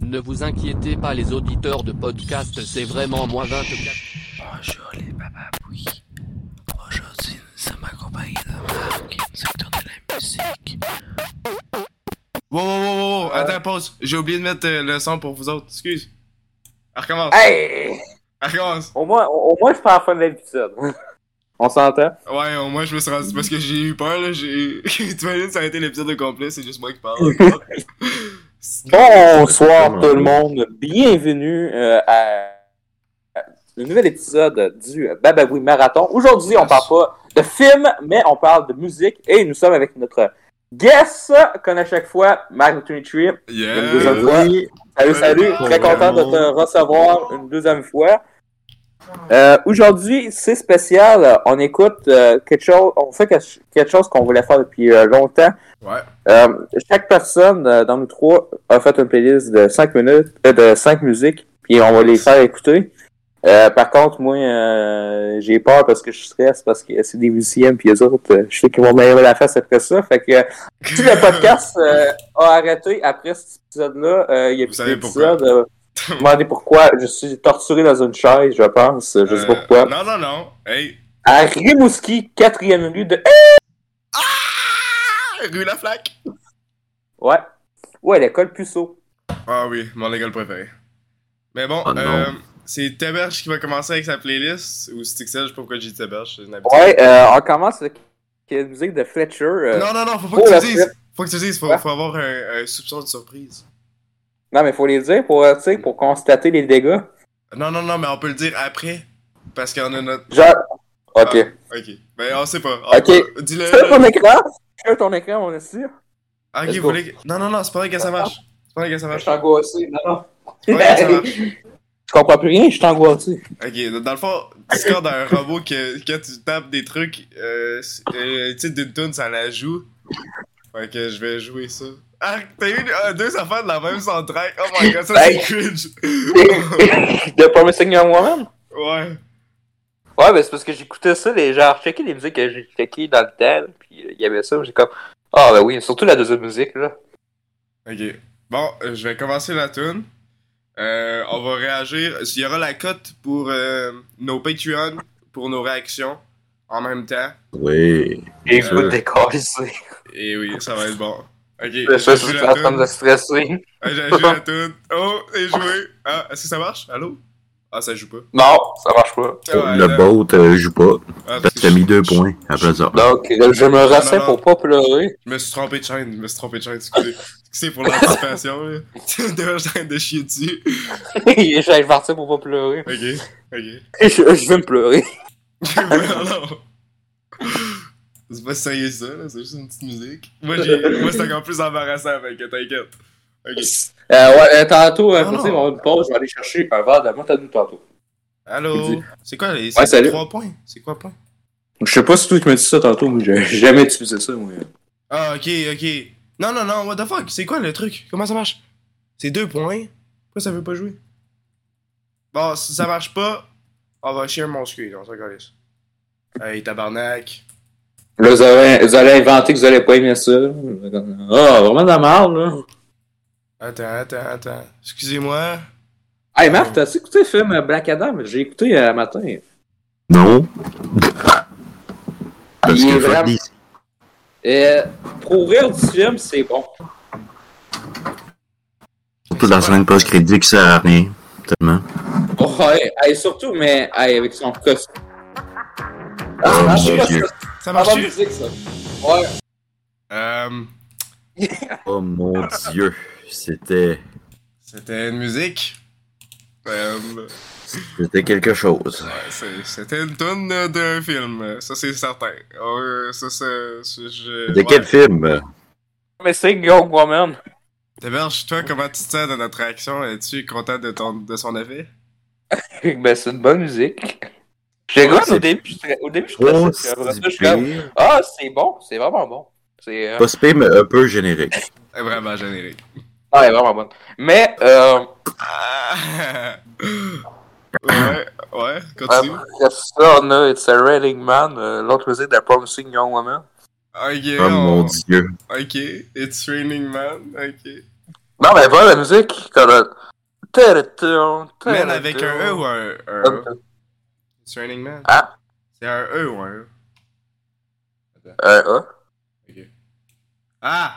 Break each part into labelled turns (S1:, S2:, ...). S1: Ne vous inquiétez pas les auditeurs de podcast, c'est vraiment moins 24.
S2: Bonjour les bababouis. Aujourd'hui, nous sommes accompagnés de Marc, du secteur de la musique.
S3: Wow, wow, wow, wow, attends, pause. J'ai oublié de mettre euh, le son pour vous autres. Excuse. Elle recommence.
S4: Hey! Oh.
S3: Elle recommence.
S4: Au moins, au moins je prends la fin de l'épisode. On s'entend?
S3: Ouais, au moins je me suis rendu parce que j'ai eu peur là. J'ai. tu imagines, ça a été l'épisode au complet, c'est juste moi qui parle.
S4: Bonsoir tout le monde, bienvenue euh, à à le nouvel épisode du Bababoui Marathon. Aujourd'hui, on parle pas de film, mais on parle de musique et nous sommes avec notre guest, comme à chaque fois, Marc Trinity. Une deuxième
S3: yeah.
S4: fois. Salut, salut, très content de te recevoir une deuxième fois. Euh, Aujourd'hui, c'est spécial. On écoute euh, quelque chose, on fait quelque quelque chose qu'on voulait faire depuis euh, longtemps.
S3: Ouais.
S4: Euh, chaque personne euh, dans nous trois a fait une playlist de 5 minutes, euh, de 5 musiques, puis on va les faire écouter. Euh, par contre, moi, euh, j'ai peur parce que je stresse, parce que c'est des musiciens, puis les autres, euh, je sais qu'ils vont m'aérer la face après ça. Fait que euh, si le podcast euh, a arrêté après cet épisode-là, euh, il y a
S3: Vous
S4: plus
S3: savez
S4: d'épisode. euh, vous demandez pourquoi. Je suis torturé dans une chaise, je pense. Je sais pas
S3: Euh,
S4: pourquoi.
S3: Non, non, non. Hey.
S4: À Rimouski, quatrième lieu de
S3: Ah, Rue Laflaque.
S4: Ouais. Ouais, l'école puceau.
S3: Ah oui, mon école préférée. Mais bon,
S2: Oh, non.
S3: euh, c'est Teberge qui va commencer avec sa playlist. Ou Stixel, je sais pas pourquoi j'ai dit Teberge. c'est une habitude.
S4: Ouais, euh, on commence avec la musique de Fletcher. euh,
S3: Non, non, non, faut pas
S4: Oh,
S3: que
S4: la
S3: tu le dises.
S4: flip.
S3: Faut que tu le dises, faut,
S4: Ouais.
S3: faut avoir un, un soupçon de surprise.
S4: Non, mais faut les dire pour, euh, tu sais, pour constater les dégâts.
S3: Non, non, non, mais on peut le dire après. Parce qu'on a notre.
S4: Genre. Ok.
S3: Ah, ok. Ben, on sait pas. On
S4: Ok.
S3: peut- Dis-le.
S4: Tu veux ton écran? Tu veux ton écran, mon esti?
S3: Ah, ok,
S4: Let's
S3: vous
S4: go.
S3: voulez. que- Non, non, non, c'est pas vrai que ça marche. C'est pas vrai que ça marche.
S4: angoissé, non, non.
S3: C'est pas vrai que ça marche.
S4: Je comprends plus rien, je suis angoissé.
S3: Ok, dans le fond, Discord a un robot que quand tu tapes des trucs, euh, c'est- euh, le titre d'une tune, ça la joue. Fait que je vais jouer ça. Ah, t'as eu euh, deux affaires de la même soundtrack. Oh my god, ça c'est
S4: Hey.
S3: cringe.
S4: de Promising Young Woman?
S3: ouais.
S4: Ouais, mais c'est parce que j'écoutais ça, les genre, je checkais les musiques que j'ai checkées dans le temps, puis euh, il y avait ça, j'ai comme. Ah, ben oui, surtout la deuxième musique, là.
S3: Ok. Bon, euh, je vais commencer la tune. Euh, on va réagir. Il y aura la cote pour euh, nos Patreons, pour nos réactions en même temps.
S2: Oui.
S4: Et
S3: Euh.
S4: vous décollissez.
S3: Et oui, ça va être bon. Ok,
S4: C'est ça,
S3: je
S4: je
S3: joue
S4: suis
S3: la
S4: en train de
S3: tune.
S4: me stresser.
S3: J'ai joué la tune. Oh, c'est joué. Ah, est-ce que ça marche? Allô? Ah, ça joue pas.
S4: Non, ça marche pas.
S3: Ah, ouais,
S2: le
S3: là-
S2: boat euh, joue pas.
S3: ah,
S2: Parce que t'as mis deux points après ça.
S4: Donc, je me ressens
S3: non.
S4: pour pas pleurer.
S3: Je me suis trompé de chaîne, je me suis trompé de chaîne, excusez. C'est pour l'anticipation, là. Tu devais train de chier dessus.
S4: J'ai parti pour pas pleurer.
S3: Ok, ok.
S4: Je, je vais me pleurer. Ah
S3: Alors. C'est pas sérieux ça, là, c'est juste une petite musique. Moi, j'ai... Moi c'est encore plus embarrassant, fait que t'inquiète. Ok.
S4: Euh, ouais, euh, tantôt, euh,
S3: Ah
S4: faut
S3: non.
S4: dire, on va une pause, je vais aller chercher un verre de Montadou tantôt.
S3: Allô? C'est quoi les.
S4: Ouais,
S3: c'est
S4: salut.
S3: trois points? C'est quoi points?
S4: Je sais pas si toi qui m'as dit ça tantôt, mais j'ai jamais utilisé ça, moi.
S3: Ah, ok, ok. Non, non, non, what the fuck? C'est quoi le truc? Comment ça marche? C'est deux points? Pourquoi ça veut pas jouer? Bon, si ça marche pas, on va chier un monstre, on s'en calisse. Hey, tabarnak.
S4: Là, vous allez, vous allez inventer que vous allez pas aimer ça. Ah, vraiment de la merde, là.
S3: Attends, attends, attends. Excusez-moi.
S4: Hey, Marc, t'as-tu écouté le film euh, Black Adam? J'ai écouté euh, matin.
S2: Non. Parce
S4: Il est
S2: que fuck
S4: vraiment-
S2: this.
S4: Euh, pour rire du film, c'est bon.
S2: Toute la scène post-crédit qui sert à rien. Tellement.
S4: Oh, hey, hey, surtout, mais hey, avec son costume.
S2: Oh
S4: Ah,
S2: mon
S4: ça,
S2: dieu.
S3: Ça
S4: C'est la
S3: marche-tu?
S4: musique, ça. Ouais.
S3: Euh,
S2: Oh mon dieu. C'était.
S3: c'était une musique. Euh,
S2: C'était quelque chose.
S3: ouais, c'est- c'était une tune euh, d'un film, ça c'est certain. Euh, ça, c'est... c'est- je-
S2: De quel
S3: ouais.
S2: film
S4: Mais c'est Young Woman.
S3: Tabarnak, toi, comment tu te sens de notre réaction? Es-tu content de, ton, de son effet?
S4: Ben, c'est une bonne musique. J'ai goûté
S2: c'est-
S4: au début, je tra- au début, je
S2: Oh,
S4: traçais, puis après ça, je suis comme, Ah, c'est bon, c'est vraiment bon. C'est euh,
S2: Pas spé, mais un peu générique.
S3: C'est Vraiment générique.
S4: ouais, ah, vraiment bon. Mais, euh,
S3: Ah! ouais, ouais, continue.
S2: Ah,
S4: après ça, on a It's a Raining Man, euh, l'autre musique de Promising Young Woman.
S3: Ok,
S2: Oh mon
S3: on...
S2: dieu.
S3: ok, it's raining man, ok.
S5: Non, mais voilà la musique. t'as le- Taratum,
S3: Man,
S5: taratum.
S3: avec un E ou un un
S5: Hop.
S3: E? C'est Running Man?
S5: Ah,
S3: C'est un E ou un E?
S5: un A.
S3: Ah!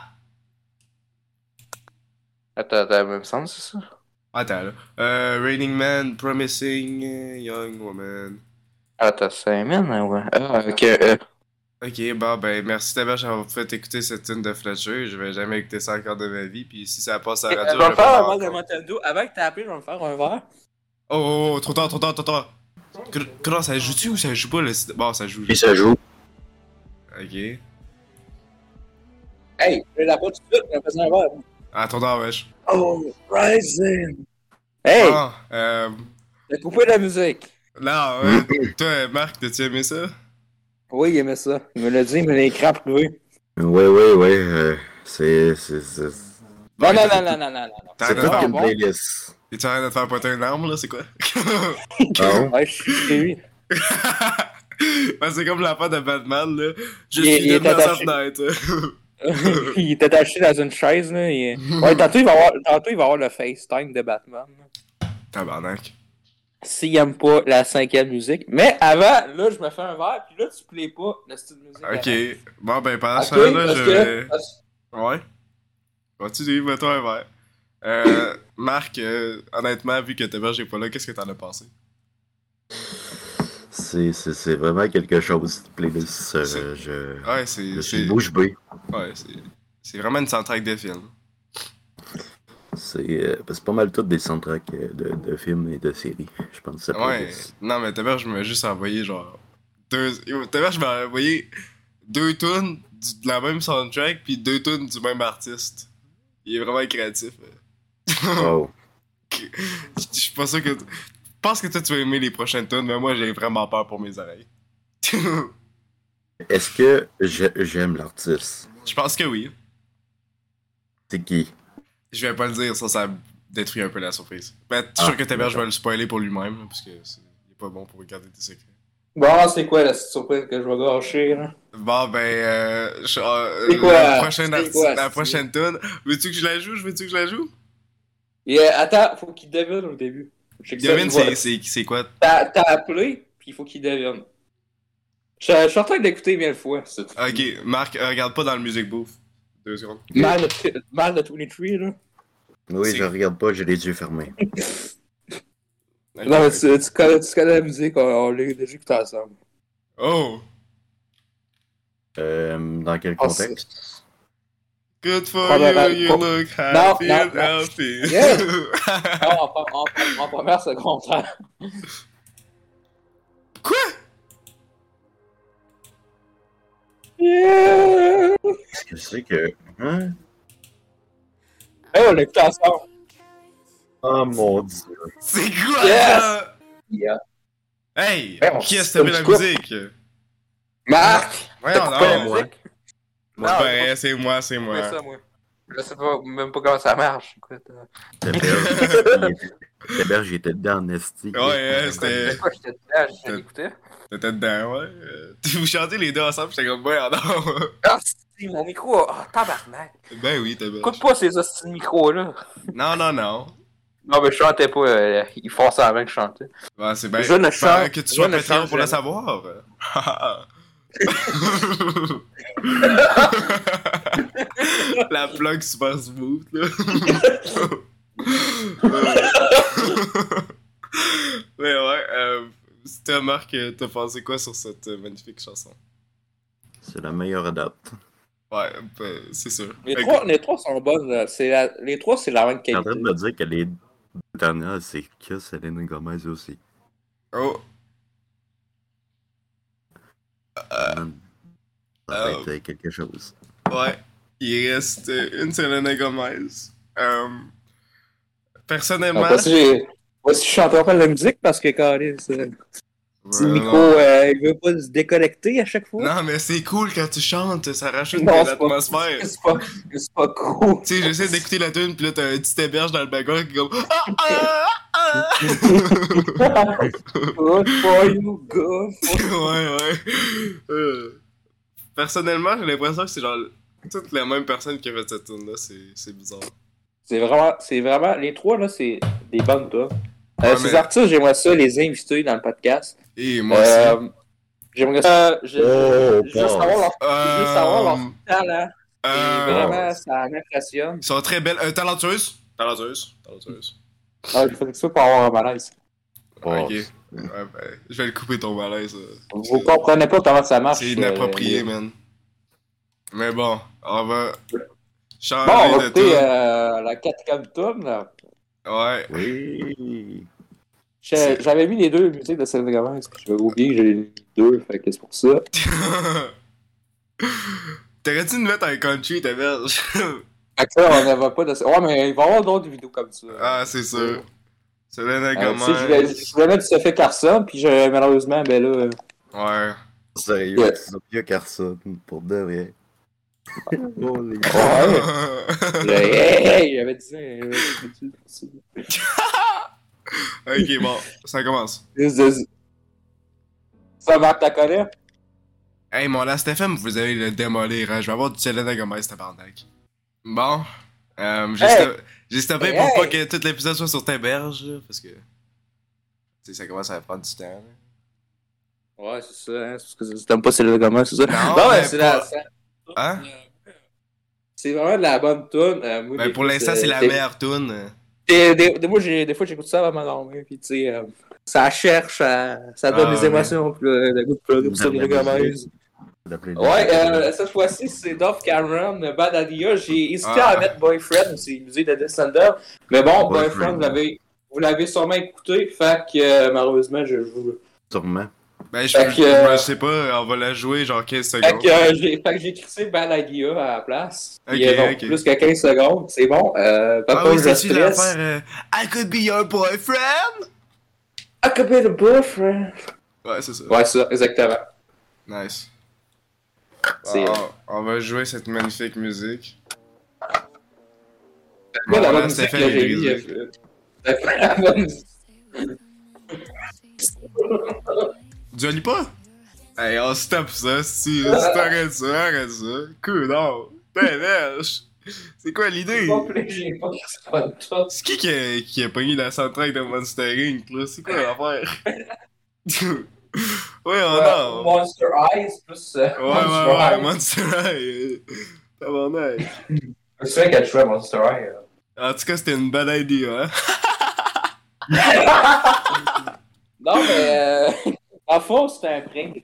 S5: Attends, attends, même sens, c'est ça?
S3: Attends, là. Euh, Raining Man, Promising euh, Young Woman.
S5: Attends, c'est un min, ouais. Ah, ok, E.
S3: Ok, bon, ben, merci Taberge d'avoir fait écouter cette tune de Fletcher. Je vais jamais écouter ça encore de ma vie. Puis si ça passe à la
S4: Je
S3: radio,
S4: vais
S3: je vais
S4: me Eh, faire
S3: pas
S4: un
S3: m'en
S4: verre de
S3: rendre compte.
S4: Montando. Avant que tu appelé, je vais me faire un verre.
S3: Oh, oh, oh, trop tard, trop tard, trop tard. Cr- Comment ça joue-tu ou ça joue pas le. Bon, ça joue.
S2: Puis ça joue.
S3: Ok.
S4: Hey, je l'ai pas tout de suite, je vais me faire un verre.
S3: Ah, trop tard, wesh.
S4: Oh, Rising! Hey,
S3: Ah, euh.
S4: t'as coupé la musique.
S3: Là, euh, toi, Marc, t'as-tu aimé ça?
S4: Oui, il aimait ça. Il me l'a dit, il me l'a écrit en privé.
S2: Ouais, ouais, ouais. euh, c'est. C'est. C'est
S4: Non, non, non, non, non, non, non.
S3: T'as
S2: c'est
S3: l'air de
S2: toute
S3: faire-
S2: une playlist.
S3: T'es-tu en train de te faire pointer une arme, là? C'est quoi?
S2: Ah ouais?
S4: Ouais, je suis chez lui.
S3: Ben, c'est comme l'affaire de Batman, là. Je
S4: Il-
S3: suis
S4: il
S3: de
S4: est
S3: la sa
S4: attaché.
S3: fenêtre.
S4: il est attaché dans une chaise, là. il- Ouais, tantôt, il va avoir, tantôt, il va avoir le FaceTime de Batman. là.
S3: Tabarnak.
S4: S'il aime pas la cinquième musique. Mais avant, là, je me fais un verre, puis là, tu plais pas le style de musique.
S3: Ok.
S4: avant.
S3: Bon, ben, pendant
S4: Ok,
S3: ce temps-là,
S4: parce
S3: je
S4: que-
S3: vais.
S4: parce-
S3: Ouais. Continue, mets-toi un verre. Euh, Marc, euh, honnêtement, vu que t'es bien, j'ai pas là, qu'est-ce que t'en as pensé?
S2: C'est- C'est c'est vraiment quelque chose, cette playlist. euh,
S3: C'est-
S2: je.
S3: Ouais,
S2: Je suis
S3: c'est. c'est-
S2: bouche bée.
S3: Ouais, c'est. C'est vraiment une soundtrack de film.
S2: C'est euh, c'est pas mal toutes des soundtracks euh, de, de films et de séries, je pense. que Ça peut
S3: Ouais.
S2: être-
S3: Non, mais Taber, je m'a juste envoyé genre. Deux. Taber, je m'a envoyé deux tunes du- de la même soundtrack, puis deux tunes du même artiste. Il est vraiment créatif.
S2: Wow.
S3: Je je suis pas sûr que. Je pense que toi, tu vas aimer les prochaines tunes, mais moi, j'ai vraiment peur pour mes oreilles. je
S2: Est-ce que je- j'aime l'artiste?
S3: pense que oui.
S2: C'est qui?
S3: Je vais pas le dire, ça, ça détruit un peu la surprise. Mais je suis
S2: Ah,
S3: sûr que Taber, je vais
S2: d'accord.
S3: le spoiler pour lui-même, là, parce que c'est il est pas bon pour regarder tes secrets.
S4: Bon, c'est quoi la petite surprise que je vais gâcher, là?
S3: Bon, ben, euh, je- euh,
S4: C'est quoi?
S3: la prochaine,
S4: C'est
S3: arti-
S4: quoi,
S3: la
S4: c'est-
S3: prochaine tune. Veux-tu que je la joue? Je veux-tu que je la joue?
S4: Et, euh, attends, faut qu'il devine au début. Je sais que ça,
S3: Devine,
S4: je vois-
S3: c'est- c'est c'est quoi?
S4: T'as t'as appelé, puis il faut qu'il devine. Je, je suis en train d'écouter mille fois. c'est tout.
S3: Ok, Marc, euh, regarde pas dans le Music Booth. Deux secondes.
S4: Man of, Man of 23, là.
S2: Oui,
S3: C'est-
S2: je regarde pas, j'ai les yeux fermés.
S3: Ok.
S4: Non, mais tu, tu connais, tu connais la musique, on, on l'a déjà écouté ensemble.
S3: Oh!
S2: Euh, dans quel
S3: Ah,
S4: Oh,
S2: contexte?
S3: Good for
S4: Probable-
S3: you, you look happy
S4: non,
S3: and
S4: non.
S3: healthy.
S4: Yeah. Non, en, en, en, en première, c'est le contraire.
S3: Quoi?
S4: Yeah!
S2: Je sais que. Hein?
S4: Hey, on l'a écouté ensemble.
S2: Oh mon dieu.
S3: C'est quoi
S4: Yes.
S3: ça?
S4: Yeah.
S3: Hey!
S4: Ouais, on-
S3: qui est-ce qui a mis la
S4: Quoi?
S3: musique?
S4: Ah, Marc! Ah,
S3: Ouais,
S4: t'as
S3: on
S4: coupé la
S3: a-
S4: musique?
S3: Ouais, ben, c'est moi, c'est
S4: Ouais.
S3: moi.
S4: ça, moi. Je sais pas, même pas comment ça marche. Écoute, euh,
S2: La berge était dedans, Nesty.
S3: Ouais, ouais, c'était-
S4: je sais pas, j'étais dedans, je
S3: Euh,
S4: l'écoutais.
S3: T'étais dedans, ouais. Euh, Vous chantez les deux ensemble, j'étais comme, ouais, non.
S4: Ah, si, mon micro, ah, tabarnak.
S3: Ben oui, t'as bien.
S4: Écoute pas ces hostiles micros-là.
S3: Non, non, non.
S4: Non, mais je chantais pas, euh, ils font semblant que je chantais.
S3: Ben, c'est bien.
S4: Je ne chante-
S3: que tu
S4: je
S3: sois
S4: ne
S3: pétillon
S4: chante
S3: pour le
S4: jamais.
S3: savoir. La plug super smooth, là. Mais ouais, euh, c'était Marc, euh, t'as pensé quoi sur cette euh, magnifique chanson?
S2: C'est la meilleure adapte.
S3: Ouais, ben, c'est sûr.
S4: Les
S3: Écoute,
S4: trois, les trois sont bonnes, là. C'est la- les trois, c'est la même
S2: T'es en train
S4: qualité.
S2: de me dire que les deux dernières, c'est que Selena Gomez aussi.
S3: Oh,
S2: Man, Ça va
S3: Euh.
S2: être quelque chose.
S3: ouais, il reste euh, une Selena Gomez. Euh, personnellement,
S4: Moi si Ah, j'ai. Moi si je chanterai pas de la musique parce que quand le petit
S3: Ouais,
S4: micro,
S3: non.
S4: euh, il veut pas se déconnecter à chaque fois.
S3: Non, mais c'est cool quand tu chantes, ça rajoute
S4: Non,
S3: de
S4: c'est pas-
S3: l'atmosphère.
S4: C'est pas, c'est pas cool.
S3: Tu sais, j'essaie d'écouter la tune, pis là, t'as un petit héberge dans le background qui est comme. Ah, ah, ah!
S4: Good for you, good for
S3: ouais, ouais. Euh, Personnellement, j'ai l'impression que c'est genre toute la même personne qui a fait cette tune là c'est c'est bizarre.
S4: C'est vraiment, c'est vraiment, les trois, là, c'est des bonnes, toi. Euh,
S3: Ouais,
S4: ces
S3: mais-
S4: artistes, j'aimerais ça les inviter dans le podcast.
S3: Et moi aussi.
S4: Euh, j'aimerais ça. euh, je,
S2: Oh,
S4: je veux savoir leur je veux savoir leur
S3: Euh,
S4: talent. Et
S3: euh,
S4: vraiment, ça m'impressionne.
S3: Ils sont très belles. Euh, talentueuses. Talentueuses. Talentueuses.
S4: Ah, je fais ça pour avoir un malaise.
S3: Ah, Ok. Ouais, ben, je vais le couper ton malaise. euh.
S4: Vous comprenez pas comment ça marche.
S3: C'est
S4: euh,
S3: inapproprié, man. Mais bon, on va changer
S4: Bon, on va
S3: de tout.
S4: écouter euh, la quatrième tourne. là. euh,
S3: Ouais.
S2: Oui.
S4: J'ai- J'avais mis les deux musiques de Sylvain Gomez, puis j'avais oublié que j'ai mis deux, fait que c'est pour ça.
S3: T'aurais-tu dû nous mettre un country, ta belle?
S4: Fait que ça, on n'avait pas de... Ouais, mais il va y avoir d'autres vidéos comme ça.
S3: ah, c'est sûr. Selena
S4: Euh, tu sais, je,
S3: Gomez.
S4: voulais, je voulais mettre Sophie Carson, puis je- malheureusement, ben là, euh,
S3: Ouais.
S2: Sérieux,
S4: Yes.
S2: c'est mieux Carson, pour de vrai. Oh, les-
S4: ouais, le- hey, hey, j'avais dit, euh, j'avais dit ça.
S3: ok, bon, ça commence.
S4: Juste de- Ça, Marc, t'as connais?
S3: Hey, mon Last FM, vous allez le démolir. hein. Je vais avoir du Selena Gomez, tabarnak. Bon. Euh, j'ai
S4: Hey!
S3: stop- j'ai stoppé
S4: Hey,
S3: pour pas
S4: hey!
S3: que tout l'épisode soit sur ta berge, là, parce que. Tu sais, ça commence à prendre du temps. là.
S4: Ouais, c'est ça, hein, c'est parce que t'aimes pas Sylvain Gomez, c'est ça?
S3: Non,
S4: ouais,
S3: mais
S4: ben, c'est
S3: pas-
S4: la... ça-
S3: Hein?
S4: C'est vraiment de la bonne toune. euh, moi,
S3: Ben, pour
S4: j'écoute,
S3: l'instant,
S4: euh,
S3: c'est la
S4: des-
S3: meilleure tune.
S4: Des, des- des- moi, j'ai- des fois, j'écoute ça avant ma dormir, puis tu sais, euh, ça cherche, ça, ça donne
S3: Ah,
S4: des
S3: ouais.
S4: émotions, puis le, le goût de pleurer pour
S2: Dans
S4: ça, les
S2: la
S4: Gomez.
S2: musique. D'après les-
S4: Ouais, euh, cette fois-ci, c'est Dove Cameron, euh, Bad Idea. J'ai hésité
S3: Ah.
S4: à mettre Boyfriend, c'est musée de Descender, mais bon,
S2: Boyfriend,
S4: Boyfriend, vous l'avez- vous l'avez sûrement écouté, fait que euh, malheureusement, je vous.
S2: Sûrement.
S3: Ben, je,
S4: Fait
S3: je-
S4: que, euh,
S3: je sais pas, on va la jouer genre 15
S4: Fait
S3: secondes.
S4: que, euh, j'ai- fait que j'ai crissé Bad Idea à la place. Puis,
S3: Ok,
S4: euh, donc,
S3: ok.
S4: Plus que 15 secondes, c'est bon. Euh,
S3: Ah
S4: papa,
S3: oui,
S4: je
S3: c'est-tu l'affaire
S4: stresse.
S3: euh, I could be your boyfriend?
S4: I could be the boyfriend.
S3: Ouais, c'est ça.
S4: Ouais, ça, exactement.
S3: Nice.
S4: C'est-
S3: Ah, on va jouer cette magnifique musique.
S4: Moi, la
S3: Voilà,
S4: bonne musique que
S3: Stéphane
S4: j'ai
S3: Idriss.
S4: mis, euh, la bonne musique.
S3: Tu lis pas? Hey, on stoppe ça, si si t'arrêtes ça, arrête ça. Cool, non. T'es lèche. C'est quoi l'idée?
S4: Bon, puis, j'ai pas crissé la bonne chose.
S3: C'est qui qui a, qui a pogné la soundtrack de Monster Inc, là? C'est quoi l'affaire? ouais, on a.
S4: Euh, Monster Eyes plus euh,
S3: Ah, Ouais,
S4: Monster
S3: ouais, ouais, Monster
S4: Eyes.
S3: High. Tabarnak.
S4: C'est vrai qu'elle jouait à Monster Eyes. euh.
S3: En tout cas, c'était une bonne idée, hein?
S4: Non, mais euh, en fond, c'était un prank.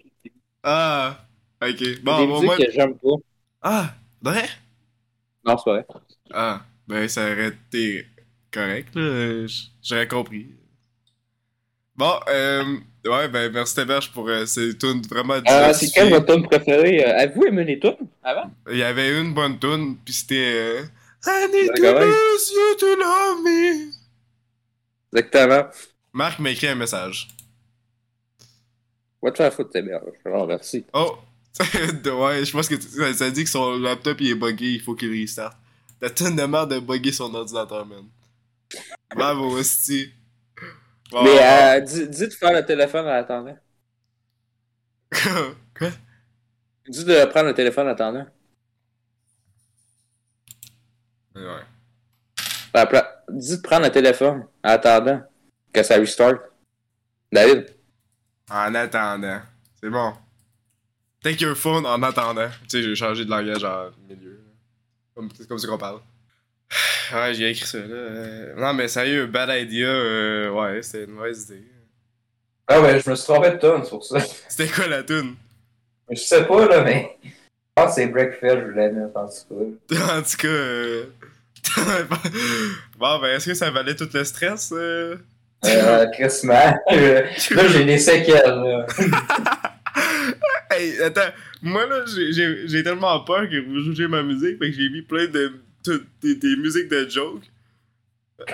S3: Ah, ok. Bon, bon,
S4: Des musiques
S3: moi...
S4: que j'aime pas.
S3: Ah, vrai?
S4: Non, c'est pas vrai.
S3: Ah, ben ça aurait été correct, là. euh, j- J'aurais compris. Bon, euh, ouais, ben merci Théberge pour euh, ces tunes vraiment
S4: Euh, c'est
S3: diversifiées.
S4: quel votre tome préféré euh, Avez-vous aimé les tomes avant
S3: Il y avait une bonne tune, puis c'était... euh, I need
S4: Ouais,
S3: to
S4: quand même.
S3: lose you to love me.
S4: Exactement.
S3: Marc m'a écrit un message.
S4: Va te faire foutre, t'es bien. Non, merci.
S3: Oh! ouais, je pense que t- ça, ça dit que son laptop il est buggé, il faut qu'il restart. La tonne de merde de bugger son ordinateur, man. Bravo, hostie. Bon,
S4: Mais
S3: bon,
S4: euh, dis, dis de faire le téléphone en attendant.
S3: bon. Quoi?
S4: Dis de prendre le téléphone en attendant.
S3: Ouais.
S4: Ben, pla- Dis de prendre le téléphone en attendant que ça restart. David.
S3: En attendant. C'est bon. Take your phone en attendant. Tu sais, j'ai changé de langage en milieu. là. Comme, c'est comme ça qu'on parle. Ouais, j'ai écrit ça, là. Euh, Non, mais sérieux, bad idea. euh, ouais, c'était une mauvaise idée.
S4: Ah ouais, je me suis trompé de tome, c'est pour ça.
S3: C'était quoi la tune?
S4: Je sais pas, là, mais. Je pense que c'est Breakfast, je voulais mettre en tout
S3: En tout cas. euh, bon, ben, est-ce que ça valait tout le stress? euh?
S4: cas. Euh, Christmas. Là, Ben, j'ai des séquelles, là.
S3: Hey, attends, moi là, j'ai- j'ai j'ai tellement peur que vous jugez ma musique, fait que j'ai mis plein de. toutes des, des musiques de joke.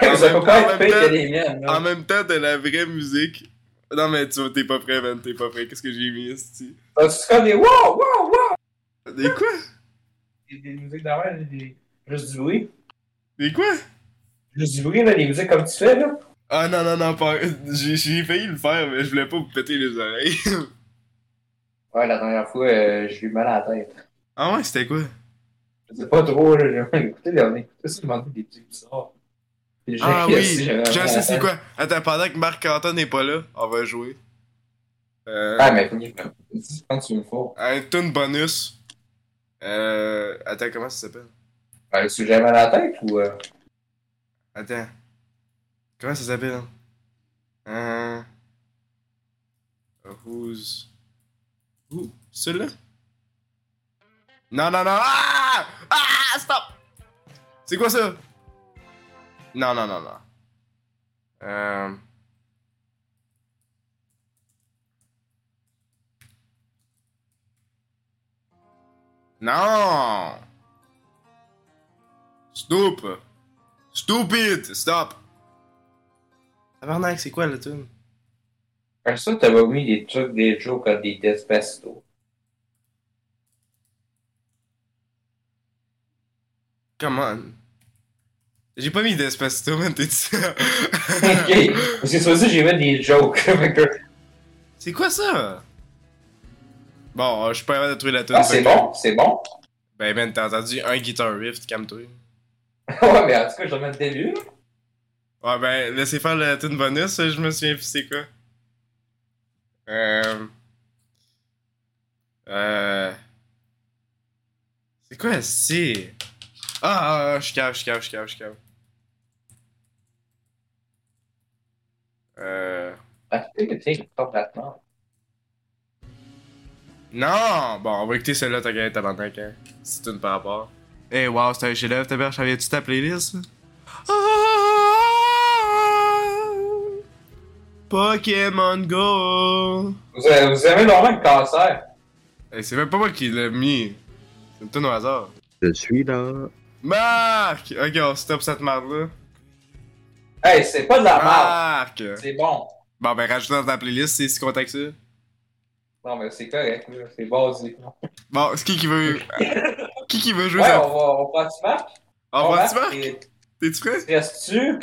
S3: En
S4: Ça
S3: même-
S4: peut pas
S3: en
S4: être
S3: même
S4: pire
S3: temps-
S4: que les miennes,
S3: En
S4: là.
S3: même temps, de la vraie musique. Non, mais tu t'es pas prêt, man, t'es pas prêt. Qu'est-ce que j'ai mis, esti?
S4: T'as-tu comme Ah, des wow, wow, wow?
S3: Des quoi?
S4: Des des musiques d'avant, des. Juste du bruit.
S3: Des quoi?
S4: Juste du bruit, là, les musiques comme tu fais, là.
S3: Ah non, non, non, pas... j'ai j'ai failli le faire, mais je voulais pas vous péter les oreilles.
S4: Ouais, la dernière fois, euh, j'ai eu mal à la tête.
S3: ah ouais, c'était quoi?
S5: C'est pas trop, là. Écoutez, là, on écoutait ça, demander des trucs bizarres. Des gens
S3: Ah
S5: qui
S3: oui,
S5: assis, j'avais
S3: je
S5: vraiment-
S3: sais c'est quoi. Attends, pendant que Marc-Antoine n'est pas là, on va jouer. Euh,
S5: Ah, mais faut que je me dise quand tu veux le faire.
S3: un tune bonus. Euh, attends, comment ça s'appelle?
S4: Ben,
S5: Ah, Est-ce que j'avais mal à la tête ou. euh,
S3: Attends. Comment ça s'appelle? hein? Euh... Who's... Who? Celui-là? Non, non, non! Ah! Ah! Stop! C'est quoi ça? Non, non, non, non. Euh... Non! Snoop! Stupid! Stop! Tabarnak, c'est quoi le tune?
S5: Après ça, t'avais mis des trucs des jours comme des Despacito.
S3: Come on. J'ai pas mis Despacito, man, t'es ça?
S5: ok! Parce que sur ça, j'ai mis des jokes. Fait que-
S3: c'est quoi ça? Bon, euh, je suis pas capable de trouver la tune.
S5: ah, c'est bon, c'est bon.
S3: Ben, ben, t'as entendu un guitar riff, calme-toi.
S5: ouais, mais en tout cas, j'en mets le début. là.
S3: Ouais, ben, laissez faire la tune bonus, euh, je me souviens plus c'est quoi. Euh. Euh. C'est quoi, c'est. Ah, ah, ah, je cave, je cave, je cave, je cave. Euh.
S5: Ah, tu sais, tu sais, il tombe là-dedans.
S3: Non! Bon, on va écouter celle-là, t'as gagné ta bande hein. C'est une par rapport. Eh, wow, c'est un chef-d'œuvre, ta mère, tu ta playlist? ça? Ah! Pokémon Go!
S5: Vous avez, vous avez normalement le cancer.
S3: Eh, c'est même pas moi qui l'ai mis. C'est une tonne au hasard.
S2: Je suis là.
S3: Marc! Ok, on stop cette merde-là.
S5: Hey, c'est pas de la merde.
S3: Marc!
S5: C'est bon.
S3: Bon, ben, rajoute dans ta playlist, c'est si contact ça.
S5: Non, mais c'est correct. là. C'est basique. Ouais,
S3: Bon, c'est qui qui veut. qui qui veut
S5: on
S3: jouer ça?
S5: va, on prend du Marc.
S3: Au
S5: On
S3: revoir, tu
S5: Marc,
S3: Marc?
S5: et-
S3: T'es-tu prêt?
S5: Restes-tu?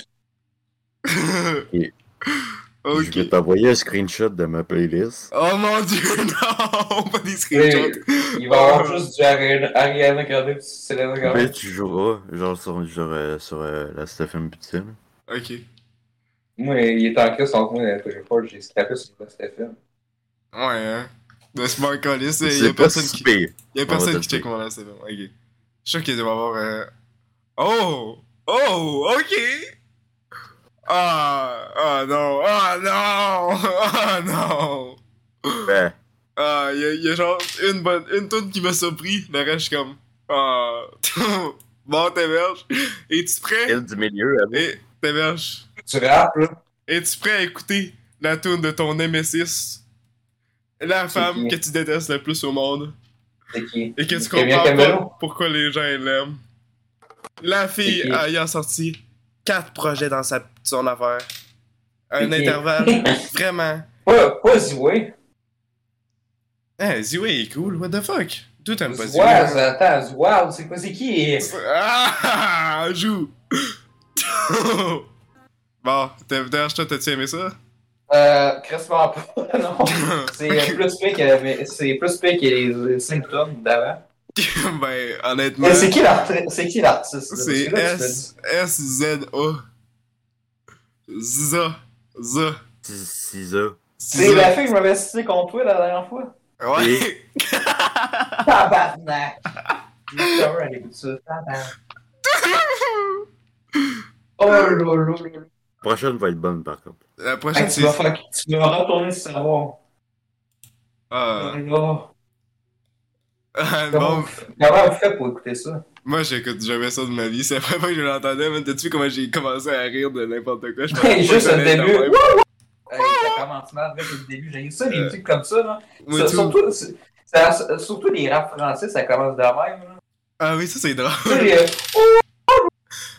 S3: ok.
S2: Je vais t'envoyer un screenshot de ma playlist.
S3: Oh mon dieu, non! Pas des
S5: Et-
S3: screenshots!
S5: Il va y avoir juste du Ari- Ariana Grande et du Selena
S2: Mais
S5: Grande.
S2: tu joueras, genre sur, genre, euh, sur euh, la Stephen Putin.
S3: Ok.
S5: Moi, il est en crise entre moi dans le pas, j'ai scrapé sur le Stephen.
S3: Ouais, hein. De ce bon colis,
S2: C'est
S3: y'a
S2: pas
S3: personne
S2: si
S3: qui.
S2: pire.
S3: Y'a
S2: On
S3: personne
S2: va
S3: qui
S2: te le
S3: check mon là, c'est bon. Ok. Je suis sûr qu'il doit y avoir. euh, Oh! Oh! Ok! Ah! Ah non! Ah non! Ah non!
S2: Ben,
S3: Ah, y'a y a genre une bonne. Une toune qui m'a surpris, le reste, je suis comme. Ah! bon, t'héberges! Es-tu prêt?
S2: elle du milieu, elle.
S3: Et t'héberges!
S5: Tu rappes, là?
S3: Es-tu prêt à écouter la tune de ton Nemesis? La femme que
S5: qui?
S3: tu détestes le plus au monde
S5: C'est qui?
S3: et que tu
S5: Camila
S3: comprends
S5: Cabello?
S3: pas pourquoi les gens l'aiment. La fille
S5: qui?
S3: ayant sorti quatre projets dans sa, son affaire. Un
S5: C'est qui?
S3: intervalle vraiment.
S5: Pas, pas Zoué.
S3: Hey, Ziway est hein, cool, what the fuck? Tout un pas
S5: Zouaz,
S3: Ziway.
S5: attends, Zouaz, c'est quoi, c'est qui?
S3: Ah, joue! bon, t'as- t'as- toi, t'as-tu aimé ça?
S5: Euh, crissement pas, non. C'est euh, plus pire que, mais c'est plus pire que les, les symptômes d'avant.
S3: ben, honnêtement.
S5: Mais c'est qui l'artiste? C'est qui l'artiste? là?
S3: C'est
S5: Parce que là, tu te dis-
S3: S S Z O Z Z
S2: Cisa.
S5: C'est la fille que je m'avais cité contre toi la dernière fois.
S3: Ouais.
S5: Tabarnak! Discover, elle écoute ça. Tabarnak. Oh là là là là.
S2: Prochaine va être bonne, par contre.
S3: La
S5: Hey,
S3: prochaine
S5: Ah, tu
S3: c'est
S5: vas faire- tu vas retourner le cerveau. Oh
S3: ah.
S5: là là.
S3: Ah,
S5: Comment
S3: bon,
S5: comment vous faites pour écouter ça?
S3: moi j'écoute jamais ça de ma vie, c'est la première fois que je l'entendais, mais t'as-tu vu comment j'ai commencé à rire de n'importe quoi? Je pensais pas que
S5: Juste
S3: ça
S5: le
S3: allait être
S5: début.
S3: la même.
S5: Hey, ça commence mal, mec, le début. J'ai eu ça, les
S3: Euh,
S5: trucs comme ça, là.
S3: Moi,
S5: Ça-
S3: tout.
S5: surtout, c'est- ça- surtout les rap français, ça commence de même, là.
S3: Ah oui, ça c'est drôle.
S5: Tu sais, euh, les-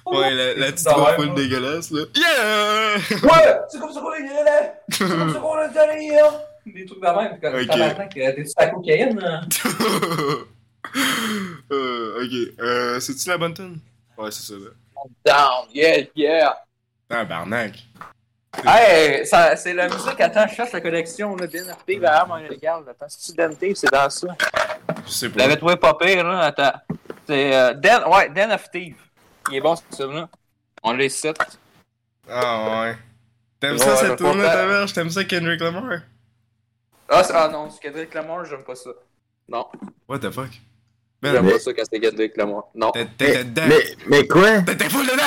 S3: Ouais, la, la petite
S5: Ça
S3: voix
S5: va,
S3: full
S5: moi.
S3: dégueulasse là. Yeah!
S5: Ouais, c'est comme ça qu'on est là, c'est comme ça qu'on est allé, là. Des trucs de même, comme
S3: Ok.
S5: tabarnak, euh, t'es-tu à la cocaïne? là?
S3: Euh, ok, euh, c'est-tu la bonne tune? Ouais, c'est ça là.
S5: Down, yeah, yeah.
S3: Ah, barnac.
S5: Hey, ça- c'est la musique. Attends, je cherche la Ben collection. On a bien arrêté. Là, on regarde. Attends, c'est-tu Dante? C'est dans ça.
S3: Je sais
S5: Je
S3: pas.
S5: l'avais trouvé pas pire, là. Attends.
S4: C'est euh, Den, ouais, Den of Thieves. Il est bon ce film-là. On l'a ici.
S3: Ah ouais. T'aimes
S4: Ouais,
S3: ça cette
S4: je
S3: tournée,
S4: comprends.
S3: ta mère? T'aimes ça Kendrick Lamar?
S4: Ah, c'est- ah non, c'est Kendrick Lamar, j'aime pas ça. Non,
S3: What the fuck?
S4: j'aime
S3: Man,
S2: Mais-
S4: pas ça quand c'est Kendrick Lamar. Non.
S3: t'es- t'es
S2: Mais,
S3: dedans!
S2: mais, mais quoi?
S3: T'es full dedans!